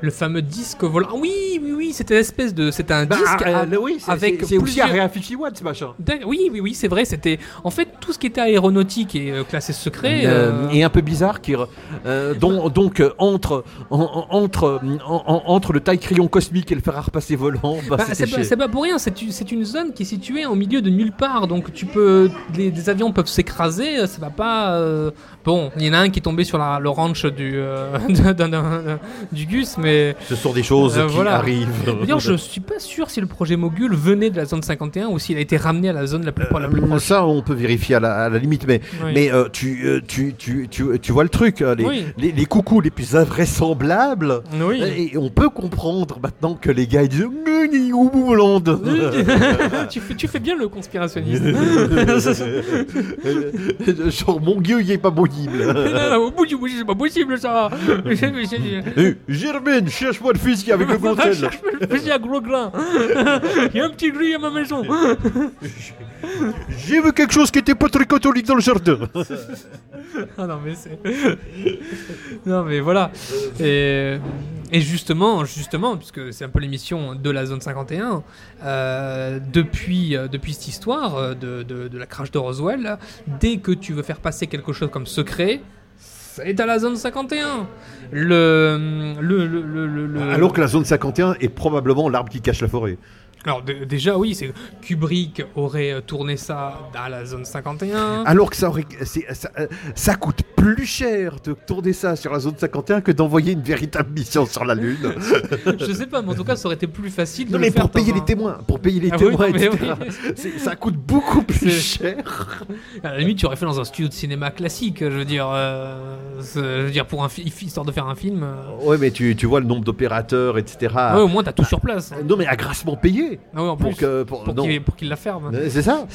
Speaker 1: Le fameux disque volant. Ah oui, oui, oui, c'était l'espèce de. C'était
Speaker 3: Bah,
Speaker 1: un disque. à-
Speaker 3: oui,
Speaker 1: euh, c'est- avec c'est- c'est aussi plusieurs- Area
Speaker 3: ce machin.
Speaker 1: D'ac- Oui, oui, oui, c'est vrai. C'était en fait tout ce qui était aéronautique et euh, classé secret. euh,
Speaker 3: Et un peu bizarre, qui, re- euh, dont- donc euh, entre, en- en- entre, en- en- entre le taille crayon cosmique et le fer à repasser volant, bah,
Speaker 1: bah,
Speaker 3: c'était
Speaker 1: c'est pas,
Speaker 3: chez-
Speaker 1: c'est pas pour rien. C'est une, c'est une zone qui est située au milieu de nulle part. Donc tu peux, les, des avions peuvent s'écraser. euh, Ça va pas. euh, Bon, il y en a un qui est tombé sur la- le ranch du euh, d'un- d'un- d'un- du Gus, mais
Speaker 3: ce sont des choses
Speaker 1: Euh,
Speaker 3: qui
Speaker 1: voilà.
Speaker 3: arrivent.
Speaker 1: d'ailleurs je suis pas sûr si le projet Mogul venait de la zone 51 ou s'il a été ramené à la zone la plus, pro- la plus proche.
Speaker 3: Ça, on peut vérifier à la, à la limite, mais,
Speaker 1: Euh, Oui.
Speaker 3: mais euh, tu, euh, tu, tu, tu, tu vois le truc, euh, les,
Speaker 1: Oui.
Speaker 3: les, les coucous les plus invraisemblables.
Speaker 1: Oui.
Speaker 3: Et on peut comprendre maintenant que les gars ils disent Muni ou Hollande.
Speaker 1: tu, fais, tu fais bien le conspirationniste.
Speaker 3: Genre mon dieu il est pas
Speaker 1: Non,
Speaker 3: monible
Speaker 1: non, au bout du bout, c'est pas possible ça. Je- je- je-
Speaker 3: Eh, Germaine cherche-moi le fusil avec le gontel
Speaker 1: Cherche le fusil à gros grain. Il y a un petit gris à ma maison.
Speaker 3: J'ai vu quelque chose qui était pas très catholique dans le jardin
Speaker 1: Ah non mais c'est. Non mais voilà. Et, et justement, justement, puisque c'est un peu l'émission de la zone 51, euh, depuis, euh, depuis cette histoire euh, de, de- de la crash de Roswell, là, dès que tu veux faire passer quelque chose comme secret, c'est à la zone 51. Le, le, le, le- le- le-
Speaker 3: Alors que la zone 51 est probablement l'arbre qui cache la forêt.
Speaker 1: Alors, dé- déjà oui, c'est Kubrick aurait euh, tourné ça à la zone 51.
Speaker 3: Alors que ça, aurait- c'est- ça, euh, ça coûte plus cher de tourner ça sur la zone 51 que d'envoyer une véritable mission sur la Lune.
Speaker 1: Je sais pas, mais en tout cas, ça aurait été plus facile de
Speaker 3: Non
Speaker 1: le
Speaker 3: mais
Speaker 1: faire
Speaker 3: pour payer
Speaker 1: dans
Speaker 3: les
Speaker 1: un-
Speaker 3: témoins, pour payer les
Speaker 1: Ah oui, non,
Speaker 3: témoins,
Speaker 1: mais
Speaker 3: etc.
Speaker 1: oui.
Speaker 3: C'est- Ça coûte beaucoup plus
Speaker 1: C'est-
Speaker 3: cher.
Speaker 1: À la limite, tu aurais fait dans un studio de cinéma classique, je veux dire, euh, c'est- je veux dire pour un fi- histoire de faire un film. euh,
Speaker 3: Ouais, mais tu, tu vois le nombre d'opérateurs, etc.
Speaker 1: ouais, au moins, t'as tout sur place.
Speaker 3: Non, mais à grassement payé.
Speaker 1: Ah ouais, en
Speaker 3: Pour
Speaker 1: Oh. plus,
Speaker 3: que- pour-
Speaker 1: pour
Speaker 3: euh, non.
Speaker 1: qu'il pour qu'il la ferme.
Speaker 3: Euh, C'est ça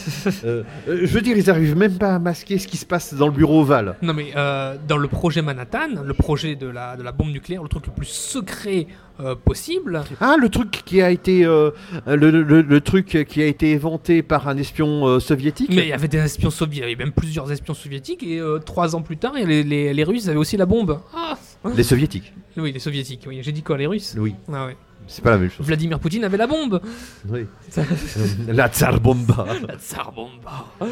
Speaker 3: Euh, euh, Je veux dire, ils arrivent même pas à masquer ce qui se passe dans le bureau ovale.
Speaker 1: Non mais euh, dans le projet Manhattan, le projet de la, de la bombe nucléaire, le truc le plus secret euh, possible,
Speaker 3: Ah, le truc qui a été euh, le, le- le truc qui a été inventé par un espion euh, soviétique.
Speaker 1: mais il y avait des espions soviétiques, il y avait même plusieurs espions soviétiques, et euh, trois ans plus tard, et les, les- les Russes avaient aussi la bombe. Ah
Speaker 3: Les soviétiques.
Speaker 1: Oui, les soviétiques, oui. j'ai dit quoi, les Russes
Speaker 3: Oui,
Speaker 1: ah ouais.
Speaker 3: c'est pas la même chose.
Speaker 1: Vladimir Poutine avait la bombe
Speaker 3: Oui. Euh, la tsar bomba.
Speaker 1: La tsar bombe
Speaker 3: Euh,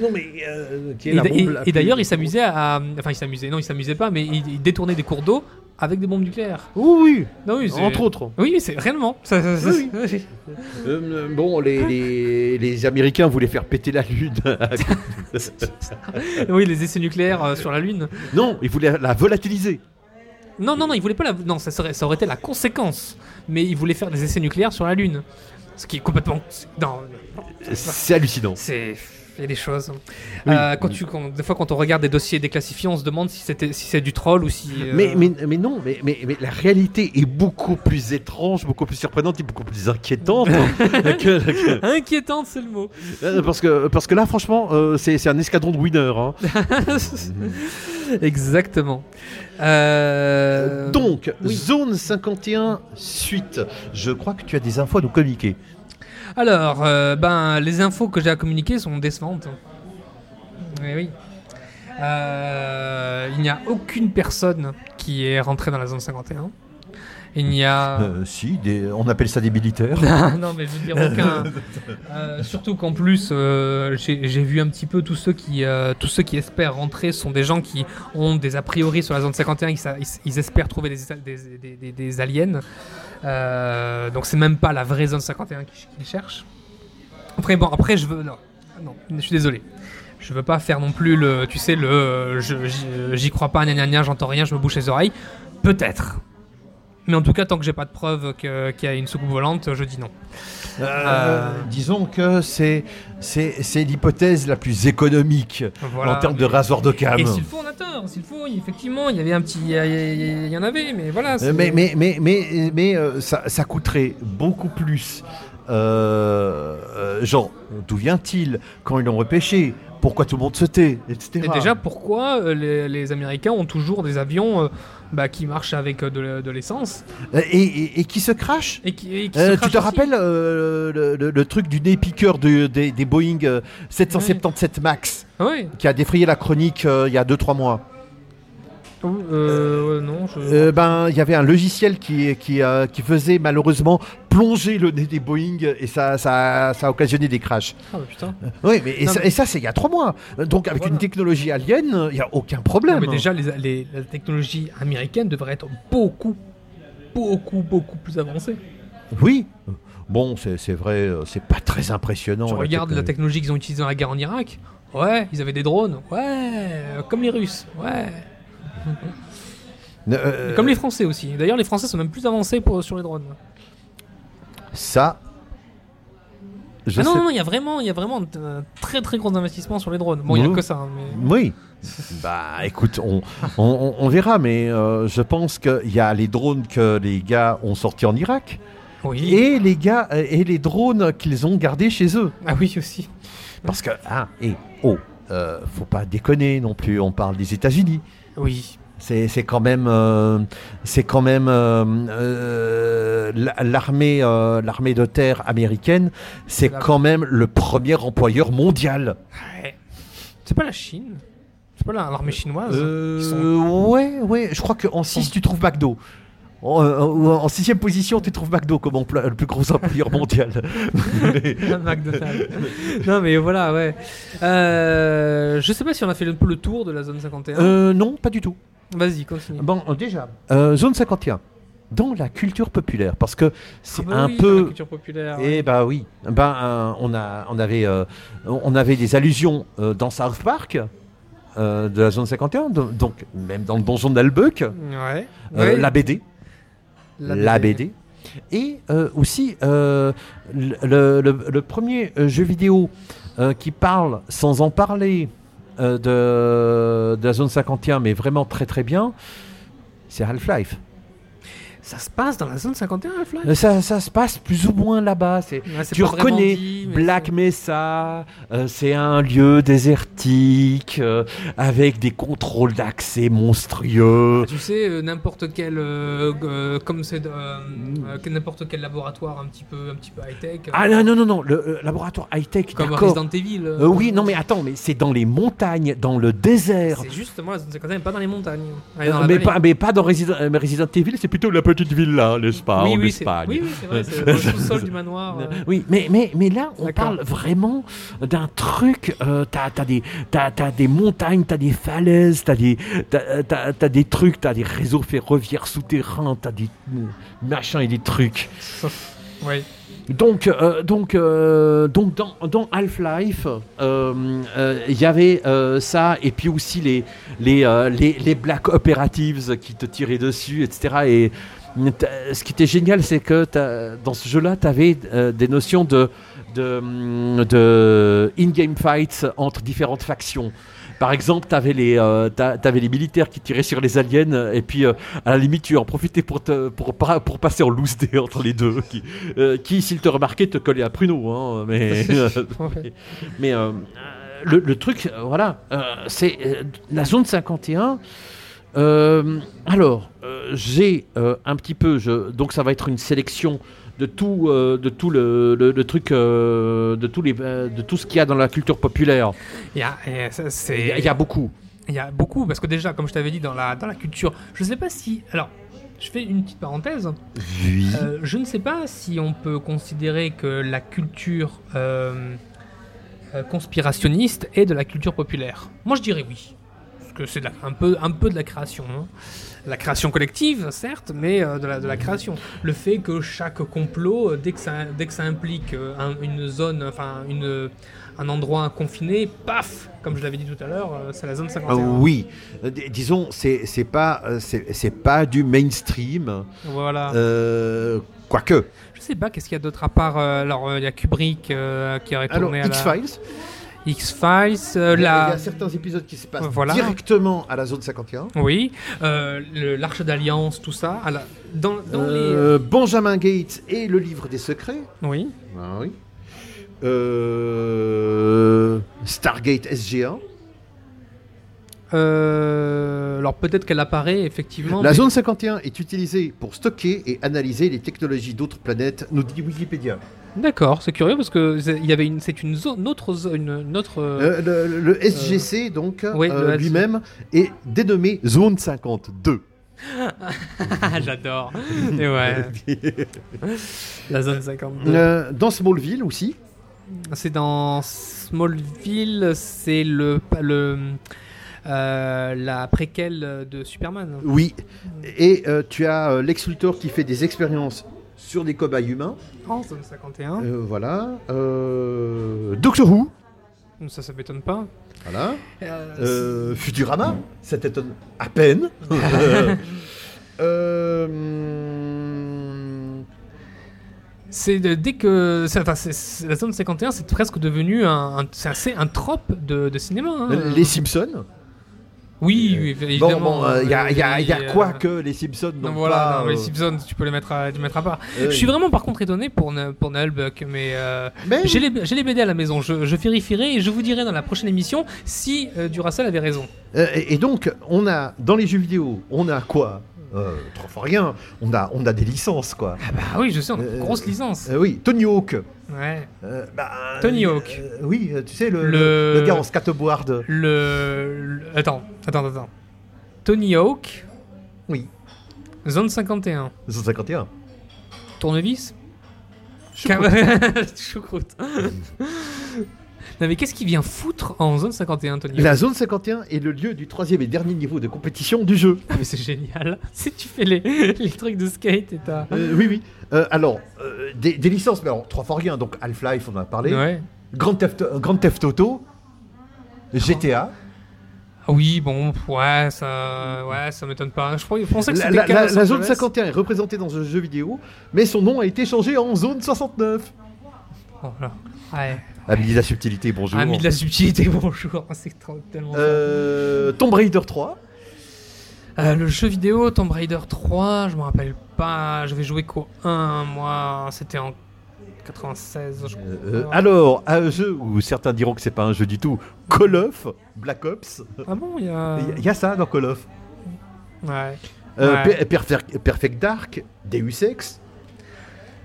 Speaker 3: non mais euh, qui est
Speaker 1: Et,
Speaker 3: la
Speaker 1: d'a-
Speaker 3: bombe
Speaker 1: et-
Speaker 3: la
Speaker 1: et d'ailleurs,
Speaker 3: plus-
Speaker 1: il s'amusait à. Enfin, il s'amusait, non, il s'amusait pas, mais il, il détournait des cours d'eau avec des bombes nucléaires.
Speaker 3: Oh Oui,
Speaker 1: Non, oui,
Speaker 3: oui,
Speaker 1: c'est-
Speaker 3: entre autres.
Speaker 1: Oui, mais c'est réellement. Ça- ça- ça-
Speaker 3: Oui,
Speaker 1: oui.
Speaker 3: Euh, bon, les, les, les Américains voulaient faire péter la Lune.
Speaker 1: les essais nucléaires euh, sur la Lune.
Speaker 3: non, ils voulaient la volatiliser.
Speaker 1: Non, non, non, il voulait pas la. Non, ça, serait, ça aurait été la conséquence. Mais il voulait faire des essais nucléaires sur la Lune. Ce qui est complètement. Non,
Speaker 3: C'est hallucinant.
Speaker 1: c'est. Il y a des choses. Euh, quand tu, quand- des fois, quand on regarde des dossiers déclassifiés, on se demande si, c'était, si c'est du troll ou si. euh,
Speaker 3: Mais, mais, mais non, mais, mais, mais la réalité est beaucoup plus étrange, beaucoup plus surprenante et beaucoup plus inquiétante que- que,
Speaker 1: Inquiétante, c'est le mot.
Speaker 3: Euh, Parce que, parce que là, franchement, euh, c'est c'est un escadron de winners. hein.
Speaker 1: Exactement. Euh,
Speaker 3: Donc,
Speaker 1: oui.
Speaker 3: zone 51, suite. Je crois que tu as des infos à nous communiquer.
Speaker 1: Alors, euh, ben, les infos que j'ai à communiquer sont décevantes. Eh oui. Euh, il n'y a aucune personne qui est rentrée dans la zone 51. Il n'y a.
Speaker 3: Euh, si, des- on appelle ça des militaires.
Speaker 1: non, mais je veux dire aucun. Euh, surtout qu'en plus, euh, j'ai j'ai vu un petit peu tous ceux qui, euh, tous ceux qui espèrent rentrer sont des gens qui ont des a priori sur la zone 51. Ils, sa- ils- ils espèrent trouver des, des- des- des- des aliens. Euh, donc c'est même pas la vraie zone 51 qu'ils qu'ils cherchent. Après, bon, après je veux. Non, non, je suis désolé. Je veux pas faire non plus le. Tu sais, le. euh, je- j'y- J'y crois pas, gna gna gna, j'entends rien, je me bouche les oreilles. Peut-être. Mais en tout cas, tant que j'ai pas de preuve que- qu'il y a une soucoupe volante, je dis non. Euh,
Speaker 3: disons que c'est c'est c'est l'hypothèse la plus économique
Speaker 1: Voilà.
Speaker 3: en termes de rasoir de cam.
Speaker 1: Et s'il faut, on a tort. S'il faut, effectivement, il y avait un petit. Il y a- il y en avait, mais voilà.
Speaker 3: Euh,
Speaker 1: c'est-
Speaker 3: Mais, mais, mais, mais, mais euh, ça, ça coûterait beaucoup plus. Euh, euh, genre, d'où vient-il Quand ils l'ont repêché Pourquoi tout le monde se tait etc.
Speaker 1: Et déjà, pourquoi euh, les, les Américains ont toujours des avions euh, bah, qui marchent avec euh, de, de l'essence
Speaker 3: Euh, et, et- et qui se crache
Speaker 1: et qui, et qui se
Speaker 3: Euh, Tu
Speaker 1: crachent
Speaker 3: te
Speaker 1: aussi
Speaker 3: rappelles euh, le, le- le truc du nez piqueur de- des, des Boeing euh, 777 MAX
Speaker 1: Ah Oui.
Speaker 3: qui a défrayé la chronique euh, il y a 2-3 mois
Speaker 1: Euh, euh, non, je.
Speaker 3: Euh, Ben, il y avait un logiciel qui, qui, euh, qui faisait malheureusement plonger le nez des Boeing et ça, ça, ça a occasionné des crashs.
Speaker 1: Ah, bah, putain.
Speaker 3: Oui, mais, et,
Speaker 1: Non,
Speaker 3: ça,
Speaker 1: mais-
Speaker 3: et ça, c'est il y a trois mois. Donc, avec
Speaker 1: Voilà.
Speaker 3: une technologie alien, il n'y a aucun
Speaker 1: Non,
Speaker 3: problème.
Speaker 1: mais déjà, les, les- la technologie américaine devrait être beaucoup, beaucoup, beaucoup plus avancée.
Speaker 3: Oui. Bon, c'est c'est vrai, euh, c'est pas très impressionnant.
Speaker 1: tu
Speaker 3: la
Speaker 1: regardes la technologie
Speaker 3: technologie.
Speaker 1: qu'ils ont utilisée dans la guerre en Irak. Ouais, ils avaient des drones. Ouais, euh, comme les Russes. Ouais.
Speaker 3: Euh,
Speaker 1: Comme les Français aussi. D'ailleurs, les Français sont même plus avancés pour, sur les drones.
Speaker 3: Ça. Je
Speaker 1: Ah non,
Speaker 3: sais-
Speaker 1: non, non, il y a vraiment, il y a vraiment de euh, très très gros investissements sur les drones. Bon, il n'y
Speaker 3: Oui.
Speaker 1: a que ça. hein, mais-
Speaker 3: Oui. Bah écoute, on, on- on- on verra, mais euh, je pense qu'il y a les drones que les gars ont sortis en Irak
Speaker 1: Oui.
Speaker 3: et les gars euh, et les drones qu'ils ont gardés chez eux.
Speaker 1: Ah oui aussi.
Speaker 3: Parce que, ah, et oh, euh, faut pas déconner non plus, on parle des États-Unis.
Speaker 1: Oui.
Speaker 3: C'est c'est quand même, euh, c'est quand même euh, euh, la- l'armée, euh, l'armée de terre américaine. C'est
Speaker 1: La-
Speaker 3: quand même le premier employeur mondial.
Speaker 1: Ouais. C'est pas la Chine. C'est pas la- l'armée chinoise.
Speaker 3: Euh,
Speaker 1: Ils sont-
Speaker 3: Ouais, ouais. Je crois qu'en 6, tu trouves McDo. En, euh, en, en sixième position, tu trouves McDo comme emplo- le plus gros employeur mondial.
Speaker 1: McDonald's. non mais voilà, ouais. Euh, je sais pas si on a fait un peu le tour de la zone 51.
Speaker 3: Euh, non, pas du tout.
Speaker 1: Vas-y, continue.
Speaker 3: Bon, euh, déjà, euh, zone 51, dans la culture populaire, parce que c'est
Speaker 1: Ah bah
Speaker 3: un
Speaker 1: oui, dans
Speaker 3: peu.
Speaker 1: la culture populaire. ouais.
Speaker 3: Eh bah oui, ben euh, on a, on avait, euh, on avait des allusions euh, dans South Park. euh, de la zone 51, do- donc même dans le donjon d'Albuck, euh,
Speaker 1: Ouais. Ouais.
Speaker 3: la BD, la, BD, et euh, aussi euh, le, le- le- le premier euh, jeu vidéo euh, qui parle sans en parler euh, de, de la zone 51, mais vraiment très très bien, c'est Half-Life.
Speaker 1: Ça se passe dans la zone 51, Half-Life
Speaker 2: Euh, Ça, ça se passe plus ou moins là-bas. C'est,
Speaker 1: Ouais, c'est
Speaker 2: tu
Speaker 1: pas vraiment
Speaker 2: reconnais
Speaker 1: dit, mais
Speaker 2: Black
Speaker 1: c'est-
Speaker 2: Mesa, euh, c'est un lieu désertique euh, avec des contrôles d'accès monstrueux.
Speaker 1: Tu sais, euh, n'importe quel, euh, euh, comme c'est, euh, euh, que n'importe quel laboratoire un petit peu, un petit peu high tech,
Speaker 2: Ah non, non, non, non, le euh, laboratoire high-tech,
Speaker 1: comme
Speaker 2: d'accord.
Speaker 1: Resident Evil. euh,
Speaker 2: Euh, oui, non, mais attends, mais c'est dans les montagnes, dans le désert.
Speaker 1: C'est justement la zone 51, pas dans les montagnes. Ah, Ouais,
Speaker 2: Euh,
Speaker 1: dans la
Speaker 2: mais,
Speaker 1: vallée.
Speaker 2: pas, mais pas dans Resident, euh, mais Resident Evil, c'est plutôt la petite villa, n'est-ce pas,
Speaker 1: oui,
Speaker 2: en
Speaker 1: oui, c'est,
Speaker 2: Espagne.
Speaker 1: oui, oui, c'est vrai, c'est le sous-sol du manoir. euh.
Speaker 2: Oui, mais, mais, mais là, on
Speaker 1: D'accord.
Speaker 2: parle vraiment d'un truc. euh, t'as t'as des, t'as- t'as des montagnes, t'as des falaises, t'as des, t'as- euh, t'as- t'as des trucs, t'as des réseaux ferroviaires souterrains, t'as des euh, machins et des trucs.
Speaker 1: Oui.
Speaker 2: Donc, euh, donc, euh, donc dans, dans Half-Life, euh, euh, il y avait euh, ça, et puis aussi les, les, euh, les, les Black Operatives qui te tiraient dessus, etc. Et t'as- ce qui était génial, c'est que t'as- dans ce jeu-là, tu avais des notions de, de, hum, de in-game fights entre différentes factions. Par exemple, t'avais les, euh, t'a- t'avais les militaires qui tiraient sur les aliens, euh, et puis euh, à la limite, tu en profitais pour, te- pour, pa- pour passer en loose dé entre les deux, qui, euh, qui, s'ils te remarquaient, te collaient à pruneau. Hein, mais euh,
Speaker 1: Ouais.
Speaker 2: mais euh, le, le truc, euh, voilà, euh, c'est euh, la zone 51. euh, alors, euh, j'ai euh, un petit peu, je, donc ça va être une sélection de tout, euh, de tout le, le- le truc, euh, de, tous les, euh, de tout ce qu'il y a dans la culture populaire.
Speaker 1: Il y a, et ça, c'est-
Speaker 2: Il y, a- il y a beaucoup.
Speaker 1: Il y a beaucoup, parce que déjà, comme je t'avais dit, dans la, dans la culture, je ne sais pas si... Alors, je fais une petite parenthèse. Euh, je ne sais pas si on peut considérer que la culture euh, euh, conspirationniste est de la culture populaire. Moi, je dirais oui. Parce que c'est de la- un, peu, un peu de la création. hein. La création collective, certes, mais euh, de, la, de la création. Le fait que chaque complot, euh, dès que ça, dès que ça implique euh, un- une zone, enfin, une, un endroit confiné, paf Comme je l'avais dit tout à l'heure, euh, c'est la zone
Speaker 3: Ah
Speaker 1: 51.
Speaker 3: oui, Euh, dis- disons, c'est c'est pas, euh, c'est c'est pas du mainstream,
Speaker 1: Voilà.
Speaker 3: euh, quoique.
Speaker 1: Je sais pas, qu'est-ce qu'il y a d'autre à part. euh, alors, euh, il y a Kubrick euh, qui aurait
Speaker 3: Alors,
Speaker 1: tourné à la-
Speaker 3: X-Files,
Speaker 1: X-Files, euh,
Speaker 3: il y a il y
Speaker 1: la...
Speaker 3: a certains épisodes qui se passent
Speaker 1: Voilà.
Speaker 3: directement à la zone 51.
Speaker 1: Oui, euh, le- l'Arche d'Alliance, tout ça. à la- Dans, dans
Speaker 3: Euh, Benjamin Gates et le livre des secrets.
Speaker 1: les... Oui,
Speaker 3: Ah oui. Euh, Stargate SG1.
Speaker 1: Euh, alors peut-être qu'elle apparaît, effectivement.
Speaker 3: La
Speaker 1: mais-
Speaker 3: zone 51 est utilisée pour stocker et analyser les technologies d'autres planètes, nous dit Wikipédia.
Speaker 1: D'accord, c'est curieux parce que c'est- il y avait une, c'est une zone, une autre, zone- une, une autre. euh,
Speaker 3: Euh, le, le SGC, donc,
Speaker 1: oui,
Speaker 3: euh,
Speaker 1: le S-
Speaker 3: lui-même, est dénommé Zone 52. Euh.
Speaker 1: Ah, j'adore. Et ouais. la zone 52.
Speaker 3: Euh, dans Smallville aussi.
Speaker 1: C'est dans Smallville, c'est le le euh, la préquelle de Superman. hein.
Speaker 3: Oui. Et euh, tu as euh, Lex Luthor qui fait des expériences sur des cobayes humains.
Speaker 1: En zone 51.
Speaker 3: Euh, voilà. Euh, Doctor Who.
Speaker 1: Ça, ça m'étonne pas.
Speaker 3: Voilà.
Speaker 1: Euh,
Speaker 3: Euh, Futurama, ça t'étonne à peine. Euh, euh,
Speaker 1: C'est de- dès que c'est- enfin, c'est- c'est- la zone 51, c'est presque devenu un, un- c'est assez un trope de, de cinéma. hein.
Speaker 3: les Simpsons.
Speaker 1: Oui, oui,
Speaker 3: Bon,
Speaker 1: évidemment.
Speaker 3: bon, euh, il y, a- il y a- il y a
Speaker 1: Euh,
Speaker 3: quoi que les Simpsons n'ont
Speaker 1: Non, voilà,
Speaker 3: pas.
Speaker 1: non, mais les
Speaker 3: euh,
Speaker 1: Simpsons, tu peux les mettre à, tu les mettre à part.
Speaker 3: euh,
Speaker 1: Je suis vraiment par contre étonné pour, Ne- pour Noël Buck, mais euh,
Speaker 3: mais
Speaker 1: j'ai les, j'ai les BD à la maison, je, je vérifierai et je vous dirai dans la prochaine émission si euh, Duracell avait raison.
Speaker 3: Euh, et et donc, on a dans les jeux vidéo, on a quoi euh, Trois fois rien. On a, on a des licences quoi.
Speaker 1: Ah oui, je sais, on a
Speaker 3: Euh,
Speaker 1: une grosse licence.
Speaker 3: Euh, oui, Tony Hawk.
Speaker 1: Ouais.
Speaker 3: Euh, bah,
Speaker 1: Tony
Speaker 3: euh,
Speaker 1: Hawk.
Speaker 3: euh, oui, euh, tu sais le,
Speaker 1: Le-
Speaker 3: le- le gars en skateboard.
Speaker 1: Le, le- Attends, attends, attends. Tony Hawk.
Speaker 3: Oui.
Speaker 1: Zone 51.
Speaker 3: 151.
Speaker 1: Tournevis Choucroute. non mais qu'est-ce qui vient foutre en zone 51, Tony
Speaker 3: La zone 51 est le lieu du troisième et dernier niveau de compétition du jeu.
Speaker 1: Ah, Mais c'est génial. Si tu fais les, les trucs de skate et t'as...
Speaker 3: Euh, oui, oui. Euh, alors, euh, des, des licences, mais alors, trois fois rien, donc Half-Life, on en a parlé.
Speaker 1: Ouais.
Speaker 3: Grand, Theft, euh, Grand Theft Auto, GTA.
Speaker 1: Ah oui, bon, ouais, ça, ouais, ça m'étonne pas. Je croyais- je pensais que
Speaker 3: La,
Speaker 1: c'était
Speaker 3: la-
Speaker 1: qu'à
Speaker 3: la-
Speaker 1: Los
Speaker 3: la zone
Speaker 1: Angeles.
Speaker 3: 51 est représentée dans un jeu vidéo, mais son nom a été changé en zone 69.
Speaker 1: Oh là. Ouais.
Speaker 3: Ami de la subtilité, bonjour.
Speaker 1: Ami de Oh, la subtilité, bonjour. C'est trop- tellement... ça.
Speaker 3: Euh, Tomb Raider 3.
Speaker 1: Euh, le jeu vidéo Tomb Raider 3, je me rappelle pas. J'avais joué qu'au 1, moi. C'était en 96, je crois.
Speaker 3: Euh,
Speaker 1: Ah.
Speaker 3: alors, un jeu où certains diront que c'est pas un jeu du tout, Call of, Black Ops.
Speaker 1: ah bon, il y a.
Speaker 3: Il y, a ça dans Call of.
Speaker 1: Ouais.
Speaker 3: Euh,
Speaker 1: Ouais.
Speaker 3: Per- Perfect, Perfect Dark, Deus Ex.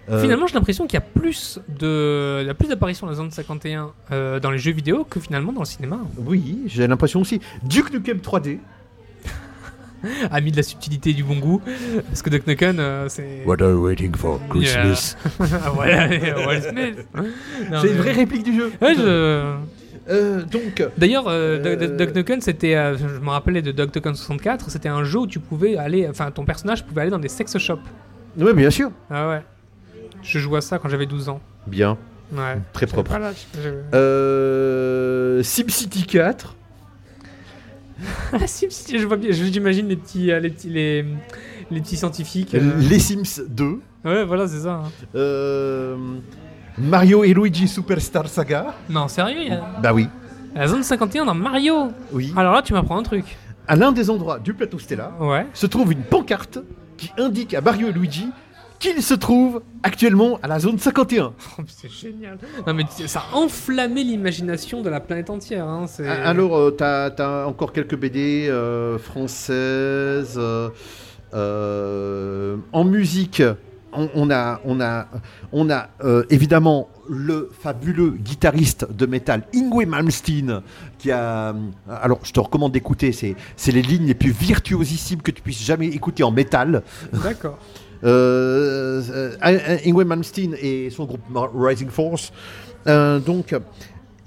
Speaker 3: Euh,
Speaker 1: Finalement, j'ai l'impression qu'il y a plus de, il y a plus d'apparitions de la zone 51 euh, dans les jeux vidéo que finalement dans le cinéma.
Speaker 3: Oui, j'ai l'impression aussi. Duke Nukem 3D.
Speaker 1: Ami de la subtilité et du bon goût, parce que Duck Nukem, euh, c'est.
Speaker 3: What are you waiting for
Speaker 1: Christmas? Ah, voilà, Will Smith. Non,
Speaker 3: C'est une
Speaker 1: mais-
Speaker 3: vraie réplique du jeu.
Speaker 1: Ouais, je-
Speaker 3: Euh, donc,
Speaker 1: D'ailleurs, euh,
Speaker 3: Euh,
Speaker 1: Duck- Duck Nukem, c'était, euh, je me rappelais de Duck Nukem 64, c'était un jeu où tu pouvais aller, enfin, ton personnage pouvait aller dans des sex shops.
Speaker 3: oui, bien sûr.
Speaker 1: Ah ouais. Je jouais à ça quand j'avais 12 ans.
Speaker 3: Bien,
Speaker 1: Ouais.
Speaker 3: très propre.
Speaker 1: Voilà, je- je-
Speaker 3: Euh, SimCity 4.
Speaker 1: Ah, si, si, je vois bien, je- j'imagine les petits, euh, les petits, les, les petits scientifiques. euh.
Speaker 3: Les Sims 2.
Speaker 1: Ouais, voilà, c'est ça. hein.
Speaker 3: euh, Mario et Luigi Superstar Saga.
Speaker 1: Non, sérieux, il y a
Speaker 3: Bah oui.
Speaker 1: la zone 51 dans Mario.
Speaker 3: Oui.
Speaker 1: Alors là, tu m'apprends un truc.
Speaker 3: À l'un des endroits du plateau Stella
Speaker 1: Ouais.
Speaker 3: se trouve une pancarte qui indique à Mario et Luigi qu'ils se trouvent actuellement à la zone 51.
Speaker 1: Oh, c'est génial. Non, mais tu- ça a enflammé l'imagination de la planète entière. Hein. c'est-
Speaker 3: A- Alors, euh, t'as as encore quelques BD euh, françaises. euh, euh, en musique, on, on a, on a, on a euh, évidemment le fabuleux guitariste de métal Ingwe Malmsteen qui a euh, alors je te recommande d'écouter c'est c'est les lignes les plus virtuosissimes que tu puisses jamais écouter en métal
Speaker 1: D'accord.
Speaker 3: euh, euh, Ingwe Malmsteen et son groupe Ma- Rising Force. Euh, donc,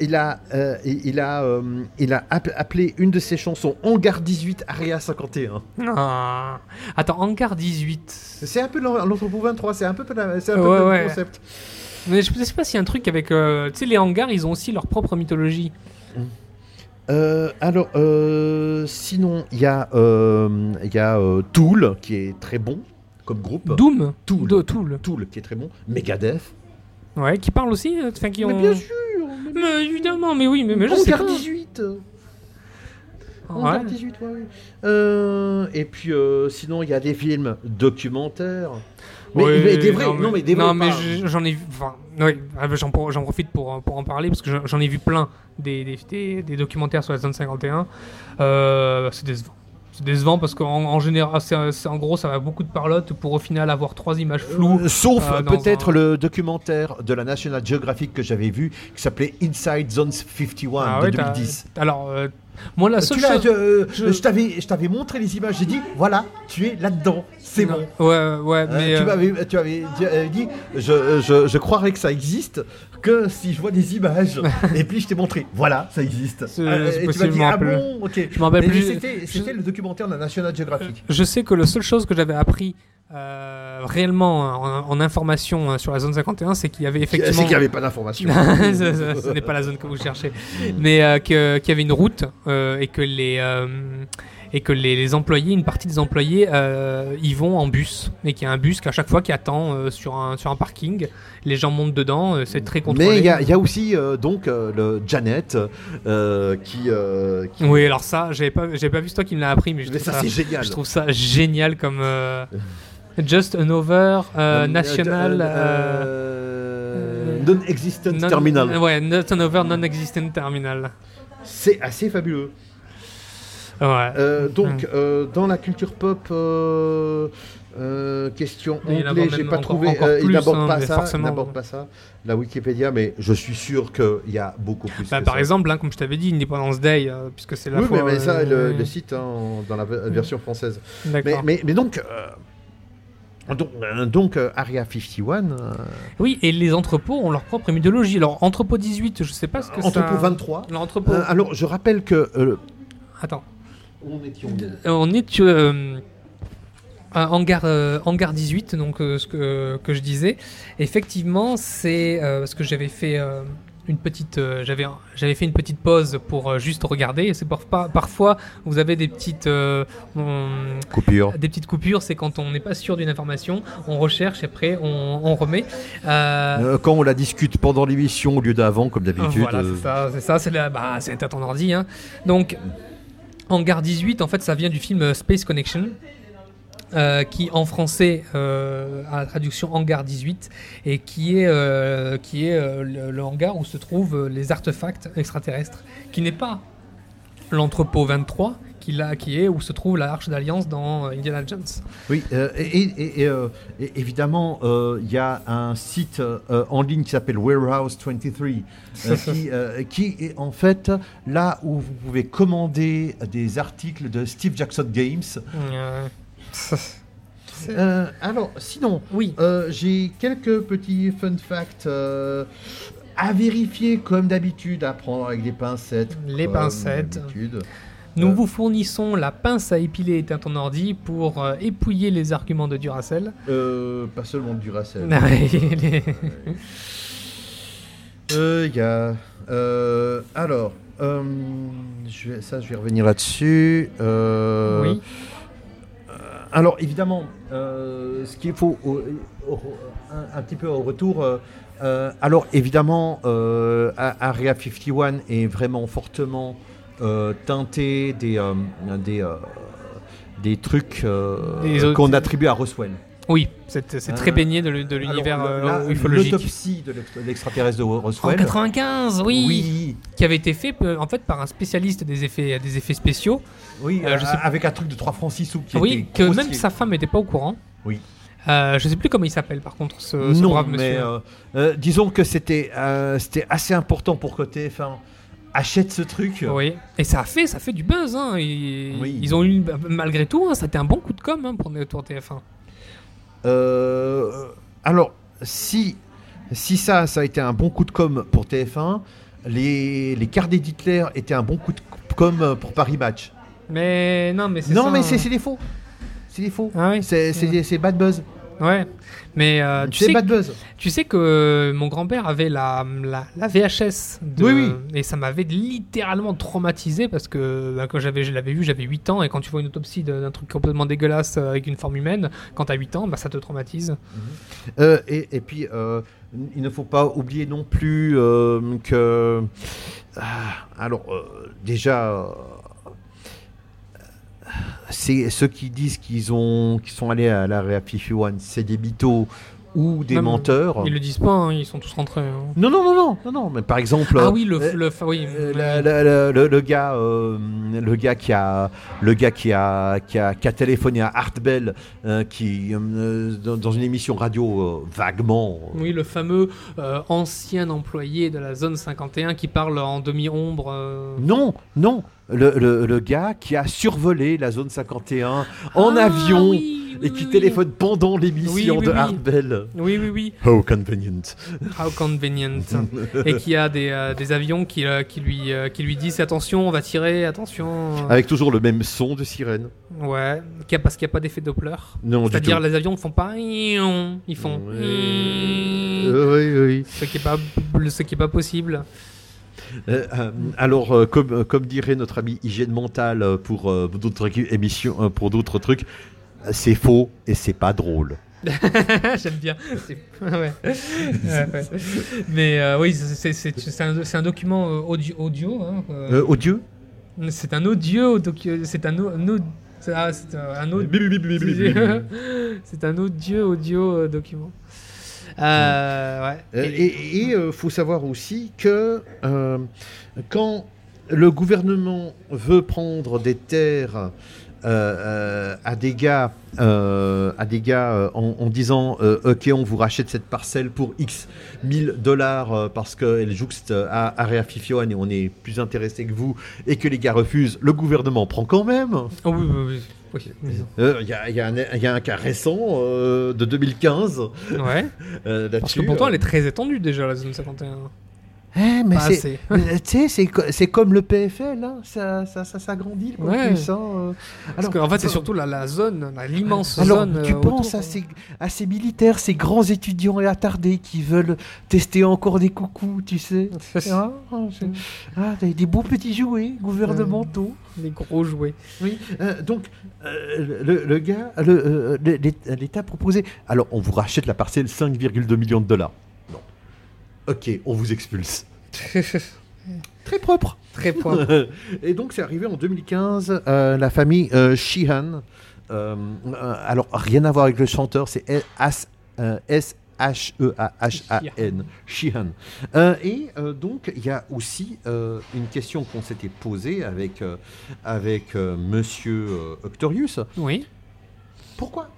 Speaker 3: il a, euh, il il a, euh, il a app- appelé une de ses chansons Hangar 18 Aria 51.
Speaker 1: Ah. Attends, Hangar 18.
Speaker 3: C'est un peu l'en- l'entrepôt 23, c'est un peu, la- c'est un peu
Speaker 1: Ouais,
Speaker 3: le même
Speaker 1: ouais.
Speaker 3: concept.
Speaker 1: Mais je sais pas s'il y a un truc avec. euh, Tu sais, les hangars, ils ont aussi leur propre mythologie.
Speaker 3: Euh, alors, euh, sinon, il y a, euh, il y a euh, Tool qui est très bon comme groupe.
Speaker 1: Doom
Speaker 3: Tool.
Speaker 1: Do- Tool.
Speaker 3: Tool qui est très bon. Megadeth.
Speaker 1: Ouais, qui parlent aussi. euh, Enfin, qui ont.
Speaker 3: Mais bien sûr mais-
Speaker 1: Mais évidemment, mais oui, mais, mais je sais
Speaker 3: Hangar
Speaker 1: pas.
Speaker 3: 18
Speaker 1: Ouais.
Speaker 3: 18, ouais, ouais. Euh, et puis euh, sinon, il y a des films documentaires. Mais,
Speaker 1: Ouais,
Speaker 3: mais des vrais, non mais, des vrais.
Speaker 1: non, mais
Speaker 3: pas-
Speaker 1: je- j'en ai vu. Enfin, oui, ah, bah, j'en pro- j'en profite pour, euh, pour en parler parce que j'en- j'en ai vu plein des, des, des- des documentaires sur la zone 51. Euh, c'est décevant. C'est décevant parce qu'en en général, c'est- c'est- en gros, ça va beaucoup de parlotte pour au final avoir trois images floues.
Speaker 3: Euh, Sauf
Speaker 1: euh, dans
Speaker 3: peut-être
Speaker 1: un-
Speaker 3: le documentaire de la National Geographic que j'avais vu qui s'appelait Inside Zone 51
Speaker 1: Ah
Speaker 3: de
Speaker 1: ouais, t'as-
Speaker 3: 2010.
Speaker 1: Alors, euh, moi, la seule
Speaker 3: Tu l'as,
Speaker 1: chose.
Speaker 3: je, euh,
Speaker 1: je-
Speaker 3: je t'avais, je t'avais montré les images, j'ai dit voilà, tu es là-dedans, c'est
Speaker 1: Non.
Speaker 3: bon.
Speaker 1: Ouais, ouais,
Speaker 3: Euh,
Speaker 1: mais.
Speaker 3: tu
Speaker 1: euh,
Speaker 3: m'avais, tu avais dit- euh, dit, je, je, je croirais que ça existe que si je vois des images. et puis je t'ai montré, voilà, ça existe.
Speaker 1: C'est-
Speaker 3: Euh,
Speaker 1: c'est
Speaker 3: et tu m'as
Speaker 1: possible,
Speaker 3: dit,
Speaker 1: je m'en
Speaker 3: ah
Speaker 1: rappelle.
Speaker 3: bon, ok.
Speaker 1: Je m'en rappelle
Speaker 3: Mais
Speaker 1: plus. Euh,
Speaker 3: C'était,
Speaker 1: Je-
Speaker 3: c'était le documentaire de la National Geographic.
Speaker 1: Je sais que la seule chose que j'avais appris euh, réellement en, en information euh, sur la zone 51, c'est qu'il y avait
Speaker 3: C'est
Speaker 1: effectivement.
Speaker 3: qu'il n'y avait pas d'information.
Speaker 1: ce ce- ce n'est pas la zone que vous cherchez,
Speaker 3: Mm.
Speaker 1: mais euh, que- qu'il y avait une route euh, et que les euh, et que les, les employés, une partie des employés, euh, y vont en bus et qu'il y a un bus qu'à chaque fois qui attend euh, sur un sur un parking, les gens montent dedans, euh, c'est très contrôlé.
Speaker 3: Mais il y, a- il y a aussi euh, donc euh, le Janet euh, qui. euh, qui-
Speaker 1: Oui, alors ça, j'avais pas j'avais pas vu c'est toi qui me l'as appris, mais je
Speaker 3: Mais
Speaker 1: trouve
Speaker 3: ça,
Speaker 1: ça,
Speaker 3: c'est génial.
Speaker 1: je trouve ça génial comme. euh, Just Another euh,
Speaker 3: Euh,
Speaker 1: National
Speaker 3: euh,
Speaker 1: euh,
Speaker 3: euh, Non-existent
Speaker 1: non-
Speaker 3: terminal.
Speaker 1: Ouais, Just Another Non-Existent Terminal.
Speaker 3: C'est assez fabuleux.
Speaker 1: Ouais.
Speaker 3: Euh, donc, euh, dans la culture pop, euh, euh, question
Speaker 1: Mais il
Speaker 3: anglais,
Speaker 1: aborde
Speaker 3: j'ai
Speaker 1: même
Speaker 3: pas
Speaker 1: encore-
Speaker 3: trouvé.
Speaker 1: encore
Speaker 3: euh, il
Speaker 1: plus,
Speaker 3: n'aborde
Speaker 1: hein,
Speaker 3: pas
Speaker 1: mais
Speaker 3: ça, il
Speaker 1: forcément.
Speaker 3: n'aborde pas ça. La Wikipédia, mais je suis sûr qu'il y a beaucoup plus.
Speaker 1: Bah,
Speaker 3: que
Speaker 1: par
Speaker 3: ça.
Speaker 1: exemple, hein, comme je t'avais dit, Independence Day, euh, puisque c'est la
Speaker 3: oui,
Speaker 1: fois,
Speaker 3: mais, mais ça,
Speaker 1: euh,
Speaker 3: le, le site hein, en- dans la v- version française. Mais,
Speaker 1: D'accord.
Speaker 3: mais, mais donc. euh, donc, euh, donc, euh, Area 51, euh,
Speaker 1: Oui, et les entrepôts ont leur propre mythologie. Alors, Entrepôt 18, je sais pas ce que c'est.
Speaker 3: entrepôt 23.
Speaker 1: L'entrepôt.
Speaker 3: Euh, alors, je rappelle que. euh,
Speaker 1: Attends.
Speaker 3: on est qui, on est-
Speaker 1: Euh, On est euh, à hangar, euh, hangar 18, donc euh, ce que, que je disais. Effectivement, c'est euh, parce que j'avais fait euh, une petite, euh, j'avais j'avais fait une petite pause pour euh, juste regarder. Et C'est par- par- parfois vous avez des petites euh, hum,
Speaker 3: Coupure.
Speaker 1: Des petites coupures, c'est quand on n'est pas sûr d'une information, on recherche et après on, on remet. Euh,
Speaker 3: Euh, quand on la discute pendant l'émission au lieu d'avant, comme d'habitude.
Speaker 1: voilà,
Speaker 3: euh,
Speaker 1: c'est ça, c'est ça, c'est la- bah, c'est t'as ton ordi. hein. Donc, Hangar 18, en fait, ça vient du film euh, Space Connection. euh, qui en français euh, a la traduction hangar 18 et qui est, euh, qui est euh, le, le hangar où se trouvent euh, les artefacts extraterrestres, qui n'est pas l'entrepôt 23 qui, l'a- qui est où se trouve la Arche d'Alliance dans euh, Indiana Jones.
Speaker 3: Oui, euh, et, et- et, euh, et évidemment, euh, il y a un site euh, en ligne qui s'appelle Warehouse 23, euh, qui, euh, qui est en fait là où vous pouvez commander des articles de Steve Jackson Games.
Speaker 1: Euh,
Speaker 3: Euh, alors, sinon,
Speaker 1: oui,
Speaker 3: euh, j'ai quelques petits fun facts euh, à vérifier comme d'habitude, à prendre avec des pincettes.
Speaker 1: Les
Speaker 3: comme
Speaker 1: pincettes.
Speaker 3: d'habitude.
Speaker 1: nous
Speaker 3: euh,
Speaker 1: vous fournissons la pince à épiler éteinte en ordi pour euh, épouiller les arguments de Duracell.
Speaker 3: Euh, pas seulement du Duracell.
Speaker 1: Non, mais il est-
Speaker 3: Euh, y a- euh, alors, euh, je vais- ça, je vais revenir là-dessus. Euh,
Speaker 1: oui.
Speaker 3: Alors, évidemment, euh, ce qu'il faut au- au- un, un petit peu au retour. euh, euh, alors, évidemment, euh, A- Area 51 est vraiment fortement euh, teinté des, euh, des, euh, des trucs euh,
Speaker 1: Des autres-
Speaker 3: qu'on attribue à Roswell.
Speaker 1: Oui, c'est c'est très
Speaker 3: Euh,
Speaker 1: baigné de, l'u- de l'univers
Speaker 3: Alors,
Speaker 1: euh,
Speaker 3: là,
Speaker 1: ufologique.
Speaker 3: L'autopsie de l'ex- l'extraterrestre de
Speaker 1: En
Speaker 3: Roswell.
Speaker 1: 95, oui,
Speaker 3: oui,
Speaker 1: qui avait été fait euh, en fait par un spécialiste des effets des effets spéciaux.
Speaker 3: Oui,
Speaker 1: Euh,
Speaker 3: euh,
Speaker 1: je sais-
Speaker 3: avec un truc de 3 francs 6 sous qui
Speaker 1: oui,
Speaker 3: était
Speaker 1: que
Speaker 3: grossier.
Speaker 1: même sa femme n'était pas au courant.
Speaker 3: Oui.
Speaker 1: Euh, je sais plus comment il s'appelle par contre ce, ce
Speaker 3: non,
Speaker 1: brave
Speaker 3: mais
Speaker 1: monsieur. hein.
Speaker 3: euh, euh, disons que c'était euh, c'était assez important pour côté enfin achète ce truc.
Speaker 1: Oui. Et ça a fait ça fait du buzz. Hein. Ils,
Speaker 3: Oui.
Speaker 1: ils ont eu malgré tout, hein, ça a été un bon coup de com hein, pour, pour TF1.
Speaker 3: Euh, alors si si ça ça a été un bon coup de com pour TF1, les les cartes d'Hitler étaient un bon coup de com pour Paris Match.
Speaker 1: Mais non, mais c'est
Speaker 3: Non
Speaker 1: ça,
Speaker 3: mais
Speaker 1: hein.
Speaker 3: c'est c'est des faux. C'est des faux.
Speaker 1: Ah oui.
Speaker 3: C'est c'est
Speaker 1: Ouais.
Speaker 3: des- c'est bad buzz.
Speaker 1: hein. Ouais. Mais euh, tu
Speaker 3: c'est
Speaker 1: sais
Speaker 3: bad buzz.
Speaker 1: Tu sais que euh, mon grand-père avait la, la, la VHS de,
Speaker 3: Oui, oui.
Speaker 1: et ça m'avait littéralement traumatisé parce que bah, quand j'avais je l'avais vu, j'avais 8 ans et quand tu vois une autopsie de- d'un truc complètement dégueulasse euh, avec une forme humaine, quand t'as 8 ans, bah, ça te traumatise.
Speaker 3: Euh, et, et puis, euh, il ne faut pas oublier non plus euh, que. Ah, alors, euh, déjà. euh, c'est ceux qui disent qu'ils ont, qu'ils sont allés à la Reapifi One, c'est des mythos ou des
Speaker 1: Non, mais
Speaker 3: menteurs.
Speaker 1: Ils le disent pas, hein, ils sont tous rentrés. hein.
Speaker 3: Non, non, non, non, non, non, mais par exemple.
Speaker 1: Ah
Speaker 3: euh,
Speaker 1: oui, le,
Speaker 3: euh,
Speaker 1: le- oui.
Speaker 3: euh, la- la- la- le, le gars, euh, le gars qui a, le gars qui a, qui a, qui a téléphoné à Art Bell, euh, qui euh, dans, dans une émission radio euh, vaguement, euh,
Speaker 1: Oui, le fameux euh, ancien employé de la zone 51 qui parle en demi-ombre. euh.
Speaker 3: Non, non. Le, le- le gars qui a survolé la zone 51 en
Speaker 1: Ah,
Speaker 3: avion
Speaker 1: oui, oui,
Speaker 3: et qui
Speaker 1: oui,
Speaker 3: téléphone pendant l'émission
Speaker 1: Oui, oui,
Speaker 3: de
Speaker 1: oui.
Speaker 3: Art Bell.
Speaker 1: Oui, oui, oui.
Speaker 3: How convenient.
Speaker 1: How convenient. et qui a des, euh, des avions qui, euh, qui, lui, euh, qui lui disent attention, on va tirer, attention.
Speaker 3: Avec toujours le même son de sirène.
Speaker 1: Ouais, Qu'il y a- parce qu'il n'y a pas d'effet Doppler.
Speaker 3: Non, Oh, du tout.
Speaker 1: C'est-à-dire les avions ne font pas. Ils font.
Speaker 3: Oui, Euh, oui, oui.
Speaker 1: Ce qui n'est pas, ce qui est pas possible.
Speaker 3: Euh, euh, alors, euh, comme, euh, comme dirait notre ami hygiène mentale euh, pour euh, d'autres émissions, euh, pour d'autres trucs, euh, c'est faux et c'est pas drôle.
Speaker 1: Ah, J'aime bien. C'est- ouais. Ouais, ouais. Mais euh, oui, c'est- c'est c'est- c'est un, c'est un document euh, audio. audio hein, euh,
Speaker 3: Euh, odieux
Speaker 1: C'est un audio. docu- C'est un, au- un au- c'est- ah, c'est un- un audio. c'est un audio audio euh, document. Euh, ouais.
Speaker 3: Euh, Et il faut savoir aussi que euh, quand le gouvernement veut prendre des terres euh, euh, à des gars, euh, à des gars euh, en, en disant euh, Ok, on vous rachète cette parcelle pour X 1000 dollars euh, parce qu'elle jouxte euh, à Area 51 et on est plus intéressé que vous et que les gars refusent, le gouvernement prend quand même.
Speaker 1: Oh, oui, oui, oui. oui.
Speaker 3: Il y, a- y a un- y a un cas récent euh, de 2015
Speaker 1: Ouais.
Speaker 3: euh,
Speaker 1: Parce
Speaker 3: là-dessus.
Speaker 1: que pourtant, elle est très étendue déjà, la zone 51.
Speaker 3: Eh, mais
Speaker 1: Pas
Speaker 3: c'est-
Speaker 1: assez.
Speaker 3: Mais, tu sais, c'est, co- c'est comme le PFL, hein, ça, ça, ça s'agrandit. le
Speaker 1: Ouais.
Speaker 3: campus, hein, euh.
Speaker 1: Parce qu'en fait, c'est surtout la, la zone, la- l'immense
Speaker 3: alors,
Speaker 1: zone.
Speaker 3: tu
Speaker 1: euh,
Speaker 3: penses
Speaker 1: autour.
Speaker 3: à ces, à ces militaires, ces grands étudiants et attardés qui veulent tester encore des coucous, tu sais. Ah, c'est- ah, des, des beaux petits jouets gouvernementaux.
Speaker 1: Les gros jouets.
Speaker 3: Oui. euh, donc, euh, le, le gars, le, euh, le- l'État- l'État proposait. Alors, on vous rachète la parcelle 5,2 millions de dollars. Non. Ok, on vous expulse. Très propre.
Speaker 1: Très propre.
Speaker 3: Et donc, c'est arrivé en 2015, euh, la famille euh, Sheehan. Euh, euh, alors, rien à voir avec le chanteur, c'est S- E euh, S-H-E-A-H-A-N. Sheehan. Euh, et euh, donc, il y a aussi euh, une question qu'on s'était posée avec, euh, avec euh, monsieur euh, Octorius.
Speaker 1: Oui.
Speaker 3: Pourquoi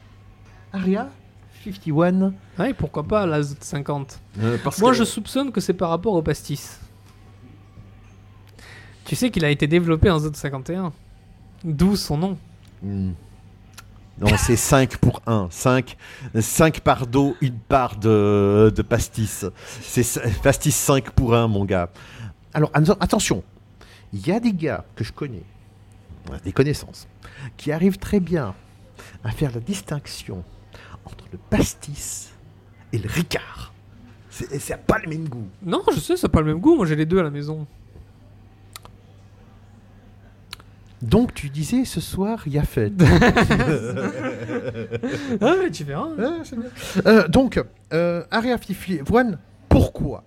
Speaker 3: Aria 51
Speaker 1: Ouais, pourquoi pas la zone 50
Speaker 3: Euh, parce
Speaker 1: Moi,
Speaker 3: que-
Speaker 1: je soupçonne que c'est par rapport au pastis. Tu sais qu'il a été développé en zone 51. D'où son nom.
Speaker 3: Hmm. Non, c'est 5 pour 1. 5, 5 par d'eau, une part de, de pastis. C'est c- pastis 5 pour 1, mon gars. Alors, an- attention, il y a des gars que je connais, hein, des connaissances, qui arrivent très bien à faire la distinction entre le pastis et le ricard. C'est ça n'a pas le même goût.
Speaker 1: Non, je sais, ça n'a pas le même goût. Moi, j'ai les deux à la maison.
Speaker 3: Donc, tu disais ce soir, il y a fête.
Speaker 1: Ah, mais tu verras.
Speaker 3: Ah, c'est bien. Euh, donc, euh, Area 51, pourquoi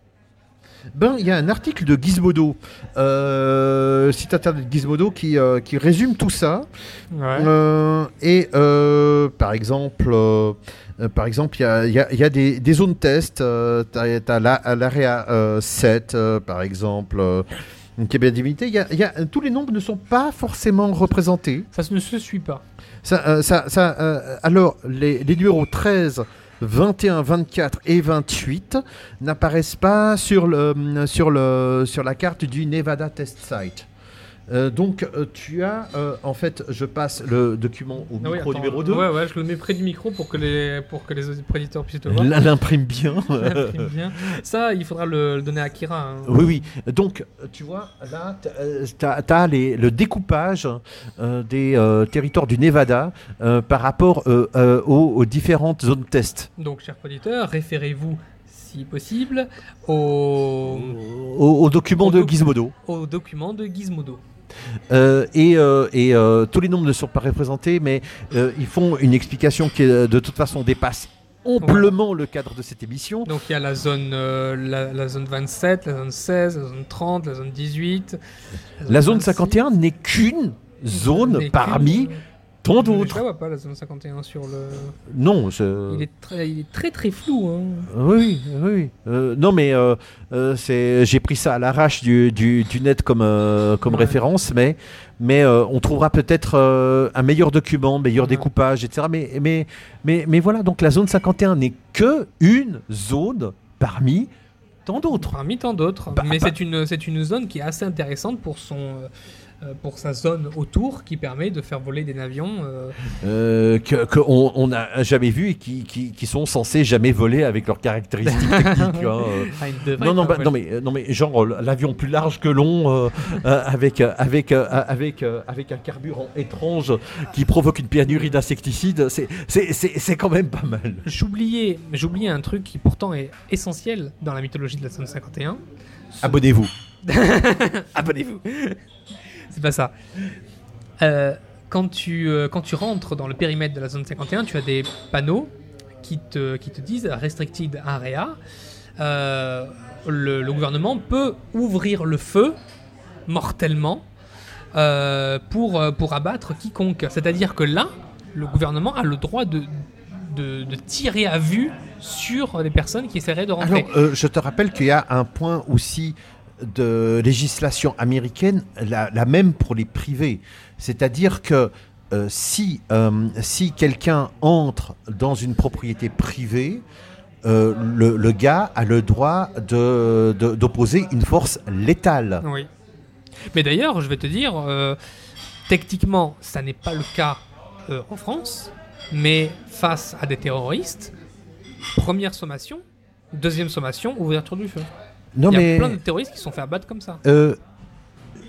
Speaker 3: ben, il y a un article de Gizmodo, euh, site internet Gizmodo, qui, euh, qui résume tout ça.
Speaker 1: Ouais.
Speaker 3: Euh, et euh, par exemple, euh, euh, par exemple, il y a, il y a- il y a des, des zones test. Euh, t'as, t'as la- à l'area euh, 7, euh, par exemple, euh, qui est bien limitée. Il y a- il y a- tous les nombres ne sont pas forcément représentés.
Speaker 1: Ça ne se suit pas.
Speaker 3: Ça, euh, ça, ça, euh, alors, les, les numéros 13, 21, 24 et 28 n'apparaissent pas sur, le, euh, sur, le, sur la carte du Nevada Test Site. Euh, donc, euh, tu as, euh, en fait, je passe le document au
Speaker 1: Ah
Speaker 3: micro
Speaker 1: oui, attends.
Speaker 3: numéro 2.
Speaker 1: Ouais, ouais, je le mets près du micro pour que les, pour que les préditeurs puissent le voir.
Speaker 3: Là, l'imprime bien.
Speaker 1: Imprime bien. Ça, il faudra le, le donner à Kira. hein.
Speaker 3: Oui, oui. Donc, tu vois, là, euh, tu as, le découpage euh, des euh, territoires du Nevada euh, par rapport euh, euh, aux, aux différentes zones test.
Speaker 1: Donc, chers auditeurs, référez-vous, si possible, au,
Speaker 3: Au, au document
Speaker 1: Au
Speaker 3: de
Speaker 1: docu-
Speaker 3: Gizmodo.
Speaker 1: au document de Gizmodo.
Speaker 3: Euh, et euh, et, euh, tous les nombres ne sont pas représentés, mais euh, ils font une explication qui, euh, de toute façon, dépasse amplement le cadre de cette émission.
Speaker 1: Donc, il y a la zone, euh, la, la zone 27, la zone 16, la zone 30, la zone 18.
Speaker 3: La zone
Speaker 1: 26.
Speaker 3: 51 n'est qu'une
Speaker 1: Mais
Speaker 3: zone
Speaker 1: que-
Speaker 3: parmi tant
Speaker 1: Je
Speaker 3: d'autres. Euh.
Speaker 1: la vois pas, la zone 51 sur le.
Speaker 3: Non, je-
Speaker 1: Il, est très, il est très très flou. hein.
Speaker 3: oui, oui, oui. Euh, non, mais euh, euh, c'est, j'ai pris ça à l'arrache du, du, du net comme, euh, comme
Speaker 1: Ouais.
Speaker 3: référence, mais, mais euh, on trouvera peut-être euh, un meilleur document, meilleur
Speaker 1: Ouais.
Speaker 3: découpage, etc. Mais, mais, mais, mais voilà, donc la zone 51 n'est que une zone parmi tant d'autres.
Speaker 1: Parmi tant d'autres.
Speaker 3: Bah,
Speaker 1: Mais
Speaker 3: bah.
Speaker 1: c'est une, c'est une zone qui est assez intéressante pour son. euh, euh, pour sa zone autour qui permet de faire voler des navions. euh,
Speaker 3: euh, que- que on- on n'a jamais vu et qui, qui, qui sont censés jamais voler avec leurs caractéristiques techniques. hein, euh.
Speaker 1: à une devrait
Speaker 3: Non non,
Speaker 1: pas
Speaker 3: bah, non mais euh, non mais genre euh, l'avion plus large que long euh, euh, avec euh, avec euh, avec euh, avec un carburant étrange qui provoque une pénurie d'insecticides c'est c'est c'est c'est quand même pas mal.
Speaker 1: J'oubliais, j'oubliais un truc qui pourtant est essentiel dans la mythologie de la zone 51.
Speaker 3: Abonnez-vous.
Speaker 1: Abonnez-vous. C'est pas ça. Euh, quand, tu, euh, quand tu rentres dans le périmètre de la zone 51, tu as des panneaux qui te, qui te disent restricted area. Euh, le, le gouvernement peut ouvrir le feu mortellement euh, pour, euh, pour abattre quiconque. C'est-à-dire que là, le gouvernement a le droit de, de, de tirer à vue sur les personnes qui essaieraient de rentrer.
Speaker 3: Alors euh, je te rappelle qu'il y a un point aussi de législation américaine la, la même pour les privés c'est-à-dire que euh, si euh, si quelqu'un entre dans une propriété privée euh, le, le gars a le droit de- de- d'opposer une force létale.
Speaker 1: Oui. Mais d'ailleurs, je vais te dire, euh, techniquement, ça n'est pas le cas euh, en France, mais face à des terroristes, première sommation, deuxième sommation, ouverture du feu.
Speaker 3: Non
Speaker 1: Il y a
Speaker 3: mais
Speaker 1: plein de terroristes qui se sont fait abattre comme ça.
Speaker 3: euh,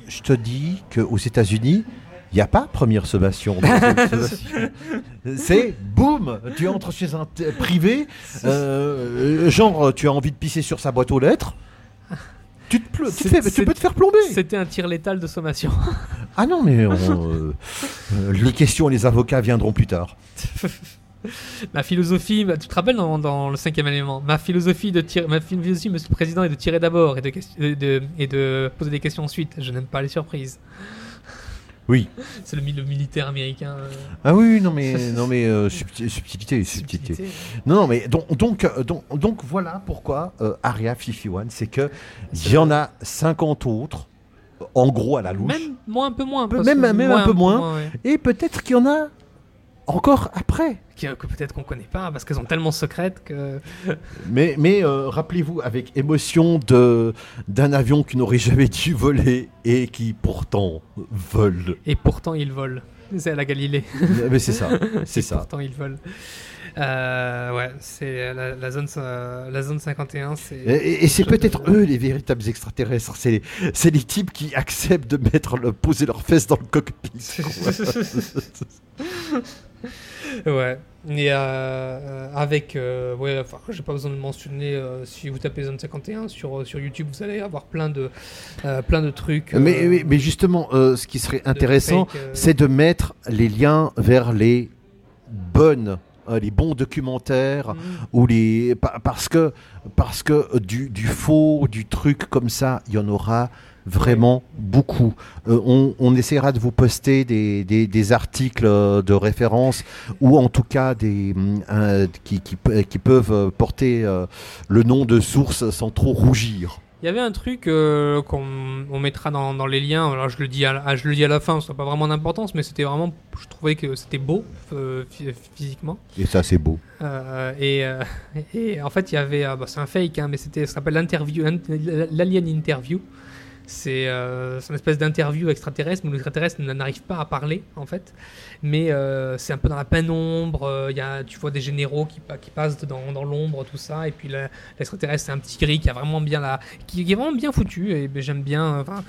Speaker 3: je te dis qu'aux États-Unis, il n'y a pas première sommation. deuxième sommation. C'est boum, tu entres chez un t- privé, euh, genre tu as envie de pisser sur sa boîte aux lettres. Tu, te ple- tu,
Speaker 1: C'est-
Speaker 3: te fais- tu
Speaker 1: c'est-
Speaker 3: peux te faire plomber.
Speaker 1: C'était un tir létal de sommation.
Speaker 3: Ah non mais on, euh, euh, les questions et les avocats viendront plus tard.
Speaker 1: Ma philosophie, bah, tu te rappelles dans, dans le cinquième élément, ma philosophie de tirer, ma philosophie, Monsieur le Président, est de tirer d'abord et de, ques- et de- et de poser des questions ensuite. Je n'aime pas les surprises.
Speaker 3: Oui.
Speaker 1: C'est le, mi- le militaire américain. euh,
Speaker 3: Ah oui, oui, non mais, non mais euh, subti- subtilité, subtilité.
Speaker 1: subtilité.
Speaker 3: Non, non, mais donc, donc, euh, donc, donc voilà pourquoi euh, Area 51, c'est que il y en a 50 autres, en gros à la louche,
Speaker 1: Même moins, un peu moins.
Speaker 3: Peu-
Speaker 1: parce
Speaker 3: même-
Speaker 1: que-
Speaker 3: même un
Speaker 1: ouais,
Speaker 3: peu moins.
Speaker 1: ouais.
Speaker 3: et peut-être qu'il y en a encore après.
Speaker 1: Qui- que peut-être qu'on connaît pas parce qu'elles sont tellement secrètes que.
Speaker 3: Mais, mais euh, rappelez-vous avec émotion de d'un avion qui n'aurait jamais dû voler et qui pourtant vole.
Speaker 1: Et pourtant ils volent. C'est à la Galilée.
Speaker 3: mais c'est ça, c'est ça.
Speaker 1: Pourtant ils volent. Euh, ouais, c'est la, la zone, euh, la zone 51.
Speaker 3: Et,
Speaker 1: C'est.
Speaker 3: et- et c'est peut-être eux les véritables extraterrestres. C'est les, c'est les types qui acceptent de mettre le, poser leurs fesses dans le cockpit.
Speaker 1: ouais. Et euh, euh, avec, euh, ouais, enfin, j'ai pas besoin de mentionner. euh, si vous tapez Zone 51 sur euh, sur YouTube, vous allez avoir plein de euh, plein de trucs.
Speaker 3: Mais,
Speaker 1: euh,
Speaker 3: mais, mais justement, euh, ce qui serait
Speaker 1: de
Speaker 3: intéressant,
Speaker 1: fake, euh,
Speaker 3: c'est de mettre les liens vers les bonnes, euh, les bons documentaires,
Speaker 1: Mhm.
Speaker 3: ou les pa- parce que parce que du, du faux, du truc comme ça, il y en aura vraiment beaucoup. Euh, on, on essaiera de vous poster des, des- des articles euh, de référence ou en tout cas des hum, un- qui, qui pe- qui peuvent euh, porter euh, le nom de source sans trop rougir.
Speaker 1: Il y avait un truc euh, qu'on on mettra dans, dans les liens. Alors je le dis à, la- ah, je le dis à la fin, ça n'a pas vraiment d'importance, mais c'était vraiment, je trouvais que c'était beau euh, phy- physiquement.
Speaker 3: Et ça, c'est beau.
Speaker 1: Euh, et, euh, et en fait, il y avait, euh, bah, c'est un fake, hein, mais c'était, ça s'appelle l'interview, l'in- l'alien interview. C'est euh, c'est une espèce d'interview extraterrestre où l'extraterrestre n- n'arrive pas à parler en fait, mais euh, c'est un peu dans la pénombre. euh, il y a, tu vois des généraux qui, pa- qui passent dans, dans l'ombre, tout ça, et puis la- l'extraterrestre c'est un petit gris qui a vraiment bien la, qui, qui est vraiment bien foutu. Et ben, j'aime bien. euh, Enfin,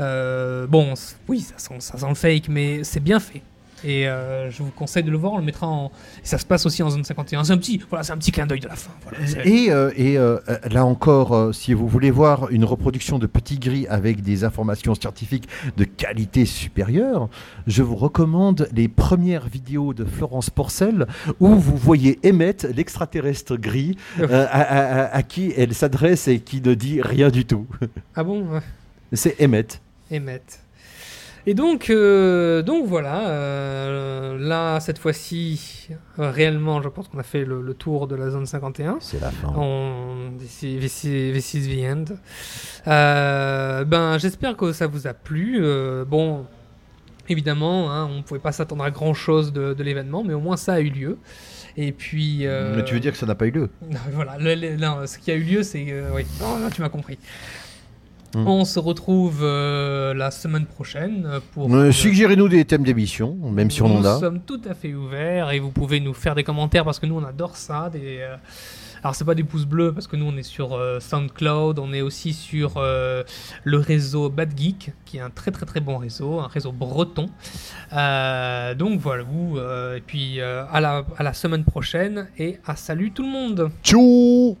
Speaker 1: euh, bon, c- oui, ça sent, ça sent le fake, mais c'est bien fait. Et euh, je vous conseille de le voir. On le mettra en, et ça se passe aussi en zone 51. C'est un petit, voilà, c'est un petit clin d'œil de la fin. voilà. C'est-
Speaker 3: Et, euh, et, euh, euh, là encore, euh, si vous voulez voir une reproduction de Petit Gris avec des informations scientifiques de qualité supérieure, je vous recommande les premières vidéos de Florence Porcel où vous voyez Emmett, l'extraterrestre gris, euh, à, à- à- à qui elle s'adresse et qui ne dit rien du tout.
Speaker 1: Ah bon ouais.
Speaker 3: C'est Emmett.
Speaker 1: Emmett. Et donc, euh, donc voilà, euh, là, cette fois-ci, euh, réellement, je pense qu'on a fait le, le tour de la zone 51.
Speaker 3: C'est la fin.
Speaker 1: On, this is, this is- this is the end. Euh, ben, j'espère que ça vous a plu. Euh, bon, évidemment, hein, on ne pouvait pas s'attendre à grand-chose de, de l'événement, mais au moins ça a eu lieu. Et puis... euh,
Speaker 3: que ça n'a pas eu lieu
Speaker 1: non, mais voilà, le- le- non, ce qui a eu lieu, c'est. euh, oui, non, non, tu m'as compris.
Speaker 3: Hmm.
Speaker 1: On se retrouve euh, la semaine prochaine euh, pour.
Speaker 3: Suggérez-nous des thèmes d'émission, même si on
Speaker 1: nous
Speaker 3: en a.
Speaker 1: sommes tout à fait ouverts et vous pouvez nous faire des commentaires parce que nous on adore ça. Des, euh, Alors c'est pas des pouces bleus parce que nous on est sur euh, SoundCloud, on est aussi sur euh, le réseau Bad Geek qui est un très très très bon réseau, un réseau breton. Euh, donc voilà vous euh, et puis euh, à, la, à la semaine prochaine et à salut tout le monde.
Speaker 3: Tchou